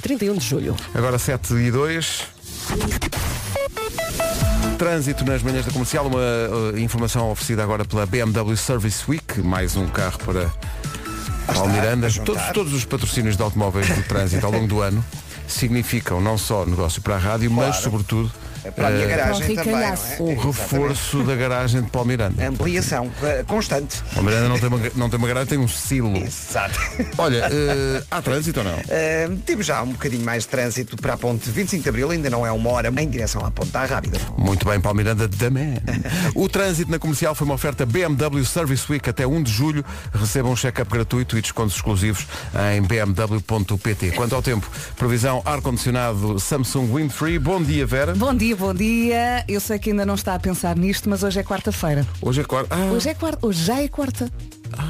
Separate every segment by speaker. Speaker 1: 31 de julho.
Speaker 2: Agora 7 e 2. Trânsito nas manhãs da comercial, uma eh, informação oferecida agora pela BMW Service Week, mais um carro para Paulo Miranda.
Speaker 3: a juntar.
Speaker 2: Todos, todos os patrocínios de automóveis do trânsito ao longo do ano significam não só negócio para a rádio, mas
Speaker 3: Claro.
Speaker 2: sobretudo
Speaker 3: É para a minha
Speaker 2: eh,
Speaker 3: garagem
Speaker 4: Não,
Speaker 3: também, não é?
Speaker 4: ricalhaço.
Speaker 2: o reforço da garagem de Paulo Miranda.
Speaker 3: Ampliação eh, constante.
Speaker 2: Paulo Miranda não tem uma, não tem uma garagem, tem um silo.
Speaker 3: Exato.
Speaker 2: Olha, eh, há trânsito ou não?
Speaker 3: Eh, temos já um bocadinho mais de trânsito para a ponte 25 de Abril, ainda não é uma hora, em direção à ponte tá da Rábida.
Speaker 2: Muito bem, Palmiranda, da man. O trânsito na comercial foi uma oferta BMW Service Week até 1 de julho. Recebam um check-up gratuito e descontos exclusivos em bmw.pt. Quanto ao tempo, previsão ar-condicionado Samsung Wind Free. Bom dia, Vera.
Speaker 4: Bom dia, bom dia. Eu sei que ainda não está a pensar nisto, mas hoje é quarta-feira.
Speaker 2: Hoje é quarta. Ah,
Speaker 4: Hoje é quarta, hoje já é quarta.
Speaker 2: eu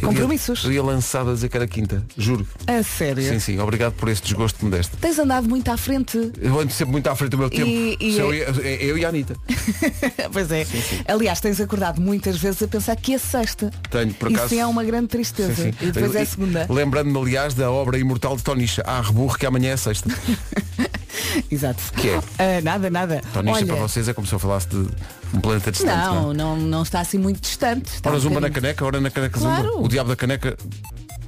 Speaker 2: ia-
Speaker 4: compromissos. É.
Speaker 2: Eu ia lançar a dizer que era quinta, juro.
Speaker 4: A sério.
Speaker 2: Sim, sim, obrigado por esse desgosto que me deste.
Speaker 4: Tens andado muito à frente.
Speaker 2: Eu ando sempre muito à frente do meu tempo.
Speaker 4: e- é-
Speaker 2: Se eu, ia- eu e a Anitta.
Speaker 4: pois é. Aliás, tens acordado muitas vezes a pensar que é sexta.
Speaker 2: Tenho, por acaso.
Speaker 4: Isso é uma grande tristeza.
Speaker 2: Sim, sim.
Speaker 4: E depois é
Speaker 2: E-
Speaker 4: a segunda.
Speaker 2: Lembrando-me, aliás, da obra imortal de Tonicha. Ah, reburro que amanhã é sexta.
Speaker 4: Exato.
Speaker 2: Que é?
Speaker 4: Ah, nada, nada.
Speaker 2: Tonicha
Speaker 4: Olha,
Speaker 2: para vocês é como se eu falasse de um planeta distante.
Speaker 4: não,
Speaker 2: é?
Speaker 4: não, não está assim muito distante. Está
Speaker 2: Ora
Speaker 4: um
Speaker 2: zumba na
Speaker 4: bocadinho-
Speaker 2: caneca, ora na caneca
Speaker 4: Claro.
Speaker 2: zumba. O diabo da caneca.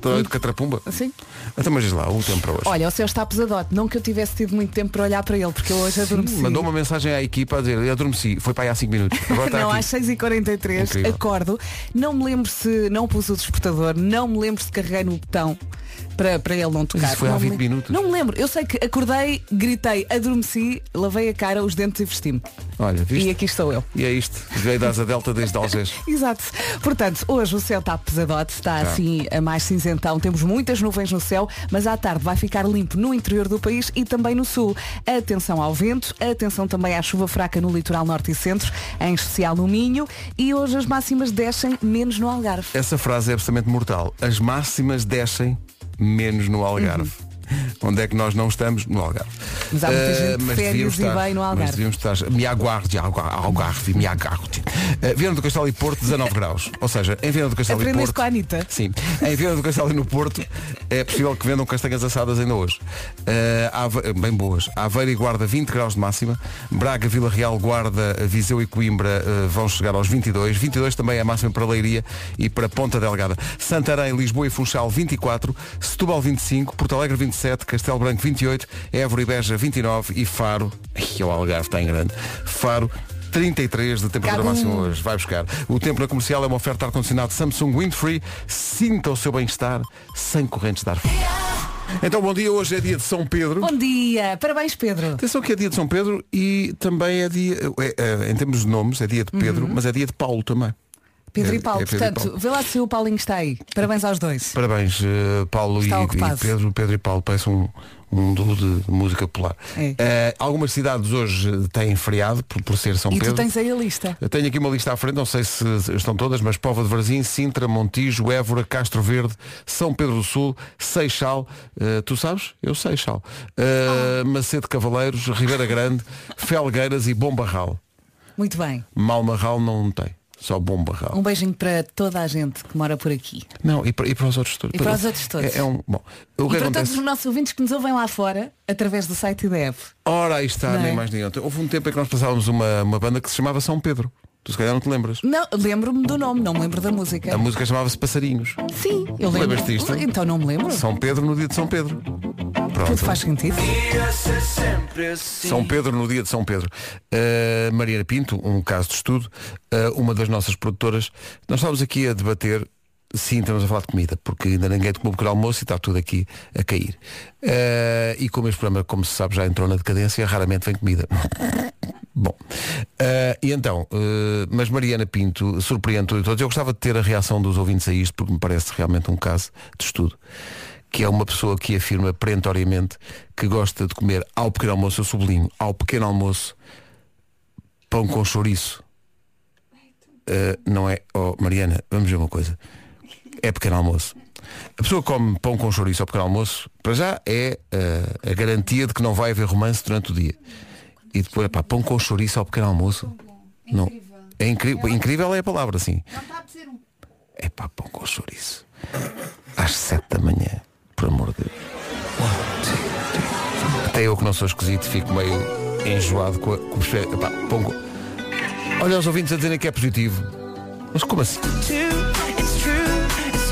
Speaker 2: Toda de catrapumba.
Speaker 4: Sim.
Speaker 2: Então mas diz lá, o tempo para hoje.
Speaker 4: Olha, o céu está pesadote. Não que eu tivesse tido muito tempo para olhar para ele, porque eu hoje adormeci.
Speaker 2: Mandou uma mensagem à equipa a dizer, eu adormeci, foi para aí há 5 minutos. Agora está
Speaker 4: não,
Speaker 2: aqui.
Speaker 4: às 6h43
Speaker 2: Incrível.
Speaker 4: acordo. Não me lembro se não pus o despertador, não me lembro se carreguei no botão para, para ele não tocar.
Speaker 2: isso foi há
Speaker 4: não me
Speaker 2: 20
Speaker 4: lembro.
Speaker 2: minutos.
Speaker 4: Não me lembro. Eu sei que acordei, gritei, adormeci, lavei a cara, os dentes e vesti-me.
Speaker 2: Olha,
Speaker 4: E
Speaker 2: viste?
Speaker 4: aqui estou eu.
Speaker 2: E é isto. Veio da Asa Delta desde Algés.
Speaker 4: Exato. Portanto, hoje o céu está pesadote, está
Speaker 2: Tá.
Speaker 4: assim a mais cinzentão. Temos muitas nuvens no céu, mas à tarde vai ficar limpo no interior do país e também no sul. Atenção ao vento, atenção também à chuva fraca no litoral norte e centro, em especial no Minho. E hoje as máximas descem menos no Algarve.
Speaker 2: Essa frase é absolutamente mortal. As máximas descem menos no Algarve. Onde é que nós não estamos? No Algarve.
Speaker 4: Uhum. Mas há muita
Speaker 2: Eh,
Speaker 4: gente de
Speaker 2: mas
Speaker 4: férias
Speaker 2: devíamos
Speaker 4: e bem no Algarve.
Speaker 2: Mas devíamos estar. Me aguarde, Alga- Algarve, me aguarde. Eh, Viana do Castelo e Porto, 19 graus. Ou seja, em Viana do Castelo e
Speaker 4: Aprendeste
Speaker 2: Porto.
Speaker 4: com a Anitta.
Speaker 2: Sim. Em Viana do Castelo e no Porto é possível que vendam castanhas assadas ainda hoje. Eh, Ave- bem boas. Aveiro e Guarda 20 graus de máxima. Braga, Vila Real, Guarda, Viseu e Coimbra eh, vão chegar aos 22. 22 também é a máxima para Leiria e para Ponta Delgada. Santarém, Lisboa e Funchal 24. Setúbal 25. Porto Alegre 27. Castelo Branco 28. Évora e Beja 29. E Faro, que o Algarve está em grande. Faro 33 de temperatura
Speaker 4: Cabum.
Speaker 2: máxima hoje. Vai buscar. O tempo na comercial é uma oferta ar-condicionado Samsung Windfree. Sinta o seu bem-estar sem correntes de ar. Então, bom dia. Hoje é dia de São Pedro.
Speaker 4: Bom dia! Parabéns, Pedro!
Speaker 2: Atenção que é dia de São Pedro e também é dia, é, é, em termos de nomes, é dia de Pedro,
Speaker 4: Uhum.
Speaker 2: mas é dia de Paulo também.
Speaker 4: Pedro
Speaker 2: É-
Speaker 4: e Paulo,
Speaker 2: é Pedro e
Speaker 4: portanto,
Speaker 2: Paulo.
Speaker 4: vê lá se o Paulinho está aí. Parabéns aos dois.
Speaker 2: Parabéns, eh, Paulo e,
Speaker 4: Está
Speaker 2: e
Speaker 4: ocupado.
Speaker 2: Pedro. Pedro e Paulo parecem um, um duo de música popular.
Speaker 4: É.
Speaker 2: Eh, algumas cidades hoje têm feriado por, por ser São
Speaker 4: E
Speaker 2: Pedro.
Speaker 4: tu tens aí a lista.
Speaker 2: Eu tenho aqui uma lista à frente, não sei se estão todas, mas Pova de Varzim, Sintra, Montijo, Évora, Castro Verde, São Pedro do Sul, Seixal, eh, tu sabes? Eu Seixal.
Speaker 4: Ah.
Speaker 2: Eh, Macedo Cavaleiros, Ribeira Grande, Felgueiras e Bom Barral.
Speaker 4: Muito bem.
Speaker 2: Malmarral não tem, só Bom Barral.
Speaker 4: Um beijinho para toda a gente que mora por aqui.
Speaker 2: Não, e para, e para os outros todos.
Speaker 4: E para os outros todos.
Speaker 2: É, é um, bom, o que
Speaker 4: e para todos
Speaker 2: acontece?
Speaker 4: os nossos ouvintes que nos ouvem lá fora, através do site e da app.
Speaker 2: Ora, aí está,
Speaker 4: Não
Speaker 2: nem
Speaker 4: é?
Speaker 2: mais nem outro. Houve um tempo em que nós passávamos uma, uma banda que se chamava São Pedro. Tu se calhar não te lembras.
Speaker 4: Não, lembro-me do nome, não me lembro da música.
Speaker 2: A música chamava-se Passarinhos.
Speaker 4: Sim, eu lembro.
Speaker 2: É Lembras-te disto? um
Speaker 4: Então não me lembro.
Speaker 2: São Pedro no dia de São Pedro.
Speaker 4: Tudo
Speaker 2: Pronto.
Speaker 4: faz sentido.
Speaker 2: São Pedro no dia de São Pedro. Uh, Mariana Pinto, um caso de estudo, uh, uma das nossas produtoras, nós estávamos aqui a debater, sim, estamos a falar de comida, porque ainda ninguém tomou um pequeno almoço e está tudo aqui a cair. Uh, e como este programa, como se sabe, já entrou na decadência, raramente vem comida. Bom, eh, e então, eh, mas Mariana Pinto surpreende tudo e todos. Eu gostava de ter a reação dos ouvintes a isto, porque me parece realmente um caso de estudo. Que é uma pessoa que afirma perentoriamente que gosta de comer ao pequeno almoço, eu sublinho, ao pequeno almoço, pão com chouriço. Eh, não é, oh, Mariana, vamos ver uma coisa. É pequeno almoço. A pessoa que come pão com chouriço ao pequeno almoço, para já é eh, a garantia de que não vai haver romance durante o dia. E depois, pá, pão com chouriço ao pequeno almoço. Não. É incrível. Incrível é a palavra, sim. É pá, pão com chouriço. Às sete da manhã, por amor de Deus. One, two, three. Até eu que não sou esquisito fico meio enjoado com a. Com os pés- epá, pão com- Olha os ouvintes a dizerem que é positivo. Mas como assim?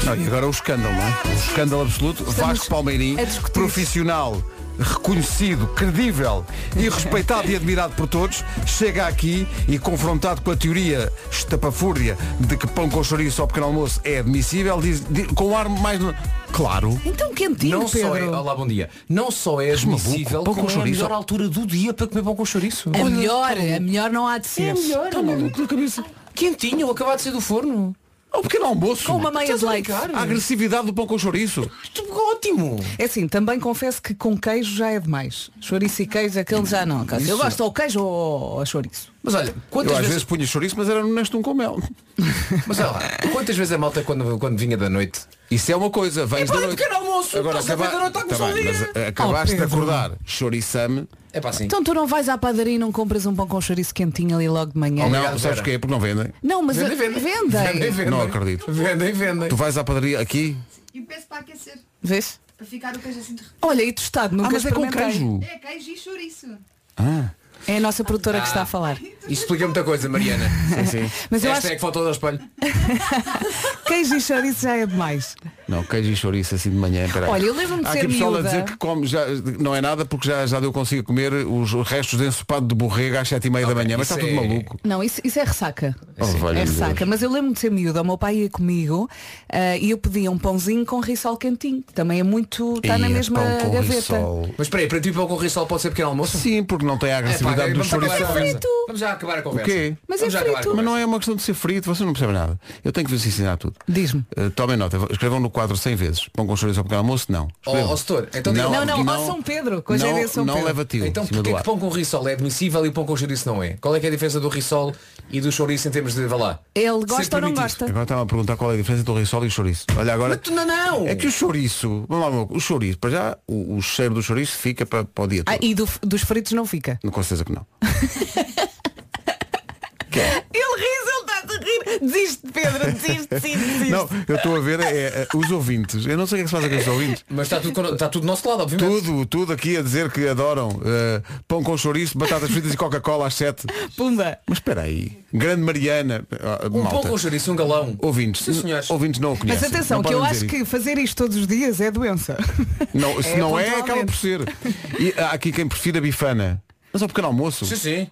Speaker 2: Não, e agora o escândalo, não é? O escândalo absoluto. Vasco Palmeirim,
Speaker 4: a discutir.
Speaker 2: profissional, reconhecido, credível e respeitado e admirado por todos, chega aqui e confrontado com a teoria estapafúrdia de que pão com chouriço ao pequeno almoço é admissível, diz, diz- com ar mais... no- Claro.
Speaker 4: Então quentinho,
Speaker 1: não
Speaker 4: Pedro.
Speaker 1: só é, olá, bom dia. Não só é
Speaker 2: maluco,
Speaker 1: admissível,
Speaker 2: pão com
Speaker 1: como é a
Speaker 2: chouriço.
Speaker 1: melhor altura do dia para comer pão com chouriço.
Speaker 4: A melhor, a É melhor não há
Speaker 2: É
Speaker 4: de ser.
Speaker 1: Tá maluco da cabeça. Quentinho, acabado de sair do forno.
Speaker 2: Ao pequeno almoço.
Speaker 4: Com uma meia de leite. Ah,
Speaker 1: brincar?
Speaker 2: A agressividade do pão com chouriço.
Speaker 1: Isto Ótimo.
Speaker 4: É assim, também confesso que com queijo já é demais. Chouriço e queijo, aquele já não. Cássio. Eu gosto ou queijo ou, ou chouriço.
Speaker 1: Mas olha,
Speaker 2: Eu
Speaker 1: quantas
Speaker 2: às
Speaker 1: vezes,
Speaker 2: vezes punha chouriço, mas era neste um com mel.
Speaker 1: Mas olha lá, quantas vezes a malta quando, quando vinha da noite?
Speaker 2: Isso é uma coisa, vens
Speaker 1: pá,
Speaker 2: da
Speaker 1: é
Speaker 2: noite.
Speaker 1: pequeno almoço,
Speaker 2: Agora
Speaker 1: estás a ver
Speaker 2: acaba-
Speaker 1: da noite, está a
Speaker 2: Tá
Speaker 1: começar o
Speaker 2: bem,
Speaker 1: dia.
Speaker 2: mas, eh, acabaste
Speaker 4: Oh,
Speaker 2: de
Speaker 4: Pedro.
Speaker 2: acordar chouriçame.
Speaker 1: É pá, sim.
Speaker 4: Então tu não vais à padaria e não compras um pão com chouriço quentinho ali logo de manhã.
Speaker 2: Não,
Speaker 1: Obrigado,
Speaker 2: sabes
Speaker 1: Vera.
Speaker 2: porquê? Porque não vendem.
Speaker 4: Não, mas
Speaker 1: Vendem,
Speaker 4: a-
Speaker 1: vendem.
Speaker 4: vendem.
Speaker 1: vendem.
Speaker 2: Não acredito.
Speaker 1: Vendem, vendem.
Speaker 2: Tu vais à padaria aqui.
Speaker 5: E o peso para aquecer,
Speaker 4: Vês?
Speaker 5: para ficar o queijo assim de repente.
Speaker 4: Olha, e tostado, nunca
Speaker 2: Ah, mas é com
Speaker 4: experimentei.
Speaker 2: queijo.
Speaker 5: É queijo e chouriço.
Speaker 4: É a nossa produtora que está a falar.
Speaker 1: Isto explica muita coisa, Mariana.
Speaker 4: Mas eu
Speaker 1: Esta
Speaker 4: acho
Speaker 1: é que faltou ao espelho.
Speaker 4: Queijo e chouriço já é demais.
Speaker 2: Não, queijo e chouriço assim de manhã. peraí.
Speaker 4: Olha, eu lembro-me de
Speaker 2: Há
Speaker 4: ser
Speaker 2: aqui pessoal a
Speaker 4: miúda.
Speaker 2: dizer que come, já, não é nada porque já, já deu consigo comer os restos de ensopado de borrega às sete e meia da manhã. Mas está
Speaker 1: isso
Speaker 2: tudo
Speaker 1: é-
Speaker 2: maluco.
Speaker 4: Não, isso, isso é ressaca.
Speaker 2: Oh, valha-me
Speaker 4: é
Speaker 2: Deus.
Speaker 4: ressaca. Mas eu lembro-me de ser miúda. O meu pai ia comigo ah, e eu pedia um pãozinho com rissol quentinho. que Também é muito. Está na
Speaker 2: Ia,
Speaker 4: mesma
Speaker 2: pão com
Speaker 4: gaveta.
Speaker 2: rissol.
Speaker 1: Mas espera aí, para ti pão com risol pode ser pequeno almoço?
Speaker 2: Sim, porque não tem a
Speaker 1: É pá,
Speaker 2: agressividade do
Speaker 1: vamos acabar a
Speaker 2: chouriço.
Speaker 1: conversa.
Speaker 4: frito.
Speaker 1: Vamos já acabar a conversa.
Speaker 2: O quê?
Speaker 4: Mas
Speaker 1: Vamos
Speaker 4: é
Speaker 1: já acabar a
Speaker 4: frito.
Speaker 2: Mas
Speaker 1: conversa.
Speaker 2: não é uma questão de ser frito, vocês não percebem nada. Eu tenho que vos ensinar tudo.
Speaker 4: Diz-me.
Speaker 2: Eh, tomem nota, escrevam no quadro 100 vezes. Pão com chouriço ao pequeno almoço, não. Escrevam.
Speaker 1: Ó, ó, setor, então diga
Speaker 4: lá. Não, não, ó, São Pedro, que hoje é
Speaker 2: não,
Speaker 4: dia São
Speaker 2: não
Speaker 4: Pedro.
Speaker 2: leva tiro.
Speaker 1: Então
Speaker 2: em cima
Speaker 1: porquê
Speaker 2: do
Speaker 1: que
Speaker 2: ar.
Speaker 1: pão com risol é admissível e o pão com chouriço não é? Qual é que é a diferença do risol e do chouriço em termos de, vá lá?
Speaker 4: Ele
Speaker 1: ser
Speaker 4: gosta ou não
Speaker 1: permitido?
Speaker 4: gosta?
Speaker 2: Agora estava a perguntar qual é a diferença entre o risol e o chouriço. Olha agora.
Speaker 1: Mas tu não, não!
Speaker 2: É que o chouriço, vamos lá, meu, o chouriço, para já, o, o cheiro do chouriço fica para, para o dia todo.
Speaker 4: Ah, e do- dos fritos não fica.
Speaker 2: Não, Com certeza que não.
Speaker 4: Ele ri, ele está a rir. Desiste, Pedro, desiste, desiste, desiste.
Speaker 2: Não, eu estou a ver é, é, os ouvintes. Eu não sei o que é que se faz com os ouvintes.
Speaker 1: Mas está tudo, con- está tudo do nosso lado, obviamente.
Speaker 2: Tudo, tudo aqui a dizer que adoram eh, pão com chouriço, batatas fritas e Coca-Cola às 7.
Speaker 4: Pumba.
Speaker 2: Mas espera aí. Grande Mariana. ah,
Speaker 1: Um
Speaker 2: malta.
Speaker 1: pão com chouriço, um galão.
Speaker 2: Ouvintes,
Speaker 1: Sim, senhores.
Speaker 2: ouvintes não o
Speaker 4: Mas
Speaker 2: conhecem.
Speaker 4: atenção,
Speaker 2: Não
Speaker 4: que eu
Speaker 2: podem
Speaker 4: acho
Speaker 2: dizer Tá
Speaker 4: que fazer isto todos os dias é doença.
Speaker 2: isto. Não, se
Speaker 4: É,
Speaker 2: não é, acaba por
Speaker 4: pontualmente.
Speaker 2: ser. E há aqui quem prefira a bifana. Mas ao pequeno almoço.
Speaker 1: Sim, sim.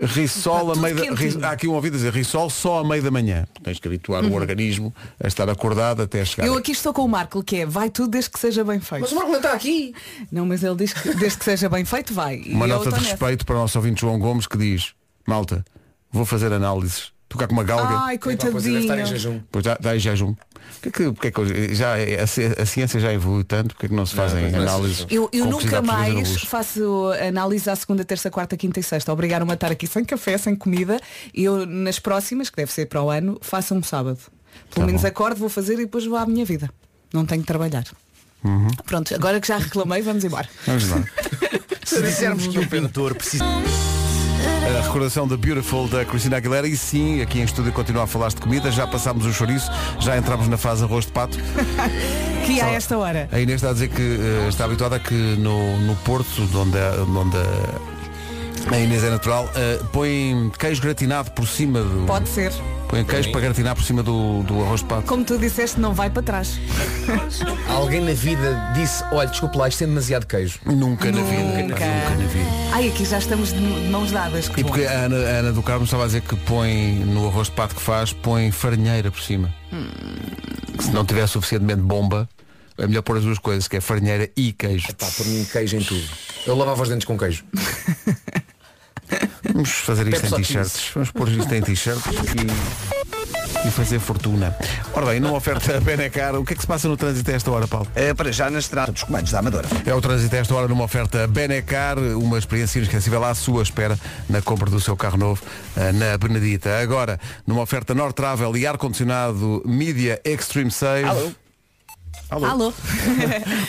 Speaker 2: Rissol
Speaker 4: Está
Speaker 2: a meio da,
Speaker 4: tudo
Speaker 2: ri-
Speaker 4: quentinho.
Speaker 2: Há aqui um ouvido a dizer Rissol só a meio da manhã. Tens que habituar o organismo a estar acordado até chegar.
Speaker 4: Uhum. Eu aqui estou com o Marco, que é vai tudo desde que seja bem feito.
Speaker 1: Mas o Marco não está aqui.
Speaker 4: Não, mas ele diz que desde que seja bem feito vai. E
Speaker 2: Uma
Speaker 4: eu
Speaker 2: nota
Speaker 4: estou
Speaker 2: de
Speaker 4: nessa.
Speaker 2: respeito para o nosso ouvinte João Gomes que diz, malta, vou fazer análises. Tu cá com uma galga.
Speaker 4: Ai,
Speaker 1: Epá, pois ele deve
Speaker 4: coitadinho.
Speaker 1: estar em jejum.
Speaker 2: Pois dá, dá em jejum. Porquê que, porquê que hoje- já, é- a, ci- a ciência já evolui tanto, porque é que não se fazem
Speaker 1: mas não é
Speaker 2: análises?
Speaker 1: jejum.
Speaker 4: Eu, eu
Speaker 2: com
Speaker 4: nunca
Speaker 2: oxidados de
Speaker 4: mais
Speaker 2: luz?
Speaker 4: faço análise à segunda, terça, quarta, quinta e sexta. Obrigaram-me a estar aqui sem café, sem comida. E eu, nas próximas, que deve ser para o ano, faço um sábado. Pelo
Speaker 2: Tá
Speaker 4: menos
Speaker 2: bom.
Speaker 4: acordo, vou fazer e depois vou à minha vida. Não tenho que trabalhar.
Speaker 2: Uhum.
Speaker 4: Pronto, agora que já reclamei, vamos embora.
Speaker 2: Vamos lá.
Speaker 1: Se dissermos que o
Speaker 6: pintor precisa.
Speaker 2: A recordação da Beautiful da Cristina Aguilera e sim, aqui em estúdio continua a falar de comida, já passámos o chouriço, já entramos na fase arroz de pato.
Speaker 4: Que a esta hora.
Speaker 2: A Inês está a dizer que eh, está habituada a que no, no Porto, de onde, a- de onde a- a Inês é natural, eh, põe queijo gratinado por cima do.
Speaker 4: Pode ser.
Speaker 2: Põe queijo para gratinar por cima do, do arroz de pato.
Speaker 4: Como tu disseste, não vai para trás.
Speaker 1: Alguém na vida disse, olha, desculpe lá, isto é demasiado queijo.
Speaker 2: Nunca, na vida.
Speaker 4: Nunca.
Speaker 2: Nunca na vida.
Speaker 4: Ai, aqui já estamos de mãos dadas. que
Speaker 2: E
Speaker 4: bom.
Speaker 2: porque a Ana, a Ana do Carmo estava a dizer que põe no arroz de pato que faz, põe farinheira por cima. Que se não tiver suficientemente bomba, é melhor pôr as duas coisas, que é farinheira e queijo.
Speaker 1: Pá, por mim queijo em tudo. Eu lavava os dentes com queijo.
Speaker 2: Vamos fazer isto
Speaker 1: Pepe
Speaker 2: em
Speaker 1: só
Speaker 2: t-shirts. Vamos pôr isto em t-shirts e, e fazer fortuna. Ora bem, numa oferta Benecar, o que é que se passa no trânsito a esta hora, Paulo?
Speaker 3: Eh, para já na estrada dos comandos da Amadora.
Speaker 2: É o trânsito a esta hora numa oferta Benecar, uma experiência inesquecível à sua espera na compra do seu carro novo eh, na Benedita. Agora, numa oferta Nord Travel e ar-condicionado Media Extreme Save. Alô.
Speaker 4: Alô.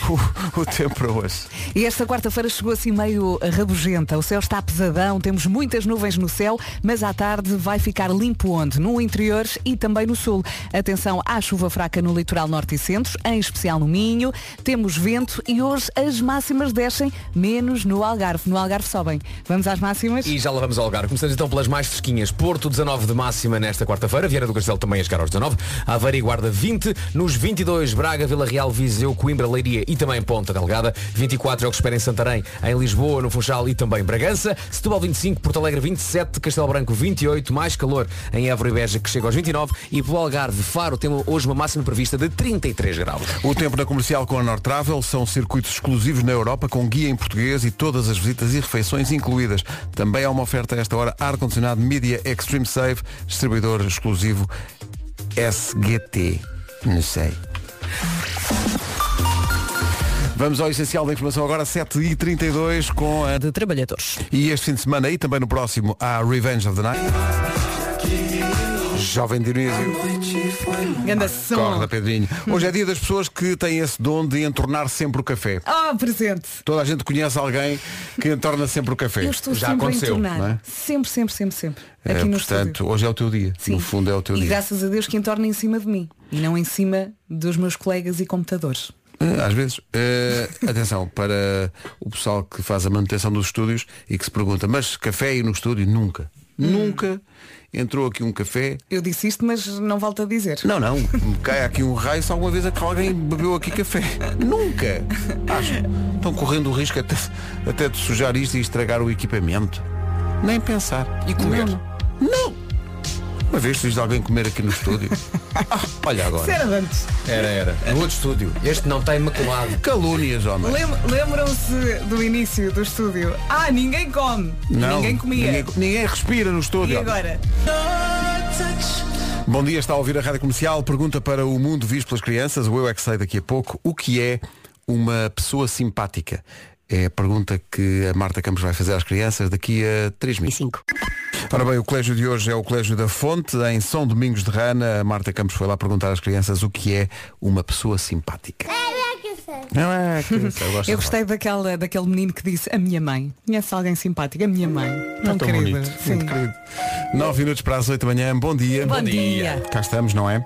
Speaker 2: O, o tempo para hoje.
Speaker 4: E esta quarta-feira chegou assim meio rabugenta. O céu está pesadão, temos muitas nuvens no céu, mas à tarde vai ficar limpo onde? No interior e também no sul. Atenção à chuva fraca no litoral norte e centro, em especial no Minho. Temos vento e hoje as máximas descem, menos no Algarve. No Algarve sobem. Vamos às máximas?
Speaker 1: E já lá vamos ao lugar. Começamos então pelas mais fresquinhas. Porto, 19 de máxima nesta quarta-feira. Vieira do Castelo também a chegar aos 19. Aveiro e Guarda, 20. Nos 22, Braga, Vila Real, Viseu, Coimbra, Leiria e também Ponta Delgada. 24 é o que espera em Santarém, em Lisboa, no Funchal e também Bragança. Setúbal, 25. Porto Alegre, 27. Castelo Branco, 28. Mais calor em Évora e Beja, que chega aos 29. E pelo Algarve, Faro, tem hoje uma máxima prevista de 33 graus.
Speaker 2: O tempo na comercial com a Nord Travel são circuitos exclusivos na Europa com guia em português e todas as visitas e refeições incluídas. Também há uma oferta a esta hora ar-condicionado Media Extreme Save, distribuidor exclusivo SGT. Não sei. Vamos ao essencial da informação agora, 7h32 com a...
Speaker 4: De trabalhadores.
Speaker 2: E este fim de semana e também no próximo há Revenge of the Night. Jovem Dionísio.
Speaker 4: Ganda
Speaker 2: Acorda,
Speaker 4: som.
Speaker 2: Pedrinho.
Speaker 4: Uhum.
Speaker 2: Hoje é dia das pessoas que têm esse dom de entornar sempre o café.
Speaker 4: Oh, presente.
Speaker 2: Toda a gente conhece alguém que entorna sempre o café.
Speaker 4: Eu estou
Speaker 1: Já
Speaker 4: sempre a
Speaker 1: aconteceu,
Speaker 4: entornar.
Speaker 2: não é?
Speaker 4: Sempre, sempre, sempre, sempre.
Speaker 2: É,
Speaker 4: Aqui no
Speaker 2: portanto,
Speaker 4: estúdio.
Speaker 2: hoje é o teu dia.
Speaker 4: Sim.
Speaker 2: No fundo é o teu
Speaker 4: e
Speaker 2: dia.
Speaker 4: graças a Deus que entorna em cima de mim e não em cima dos meus colegas e computadores.
Speaker 2: Eh, Às vezes. Eh, atenção, para o pessoal que faz a manutenção dos estúdios e que se pergunta, mas café aí no estúdio? Nunca.
Speaker 4: Hum.
Speaker 2: Nunca entrou aqui um café.
Speaker 4: Eu disse isto, mas não volto a dizer.
Speaker 2: Não, não. Me Cai aqui um raio se alguma vez que alguém bebeu aqui café. Nunca. Acho. Estão correndo o risco até, até de sujar isto e estragar o equipamento. Nem pensar.
Speaker 1: E comer.
Speaker 2: Não! Uma vez fiz de alguém comer aqui no estúdio. Ah, olha agora.
Speaker 4: Será antes.
Speaker 1: Era, era. No outro estúdio. Este não está imaculado.
Speaker 2: Calúnias, homem.
Speaker 4: Lem- Lembram-se do início do estúdio? Ah, ninguém come.
Speaker 2: Não,
Speaker 4: ninguém comia.
Speaker 2: Ninguém, ninguém respira no
Speaker 4: E
Speaker 2: estúdio.
Speaker 4: agora?
Speaker 2: Bom dia, está a ouvir a Rádio Comercial. Pergunta para o mundo visto pelas crianças, o Eu É Que Sei daqui a pouco, o que é uma pessoa simpática? É a pergunta que a Marta Campos vai fazer às crianças daqui a 3 minutos. Ora bem, o colégio de hoje é o Colégio da Fonte, em São Domingos de Rana. A Marta Campos foi lá perguntar às crianças o que é uma pessoa simpática. Não é que eu sei, eu gosto
Speaker 4: Eu
Speaker 2: de falar.
Speaker 4: gostei daquela, daquele menino que disse a minha mãe. Conhece alguém simpático? A minha mãe. Tão,
Speaker 2: Tá Tão
Speaker 4: querida.
Speaker 2: bonito,
Speaker 4: Sim.
Speaker 2: muito querido. 9 minutos para as 8 da manhã, bom dia.
Speaker 4: Bom dia.
Speaker 2: Cá estamos, não é?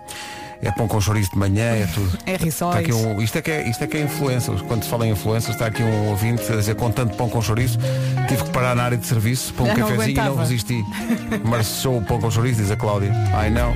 Speaker 2: É pão com chouriço de manhã, é tudo.
Speaker 4: É rissóis.
Speaker 2: Está aqui um, isto, é que é, isto é que é influência. Quando se fala em influência, está aqui um ouvinte a dizer com tanto pão com chouriço, tive que parar na área de serviço para um
Speaker 4: Já não
Speaker 2: cafezinho e não
Speaker 4: aguentava.
Speaker 2: resisti. Marçou o pão com chouriço, diz a Cláudia. Ai não.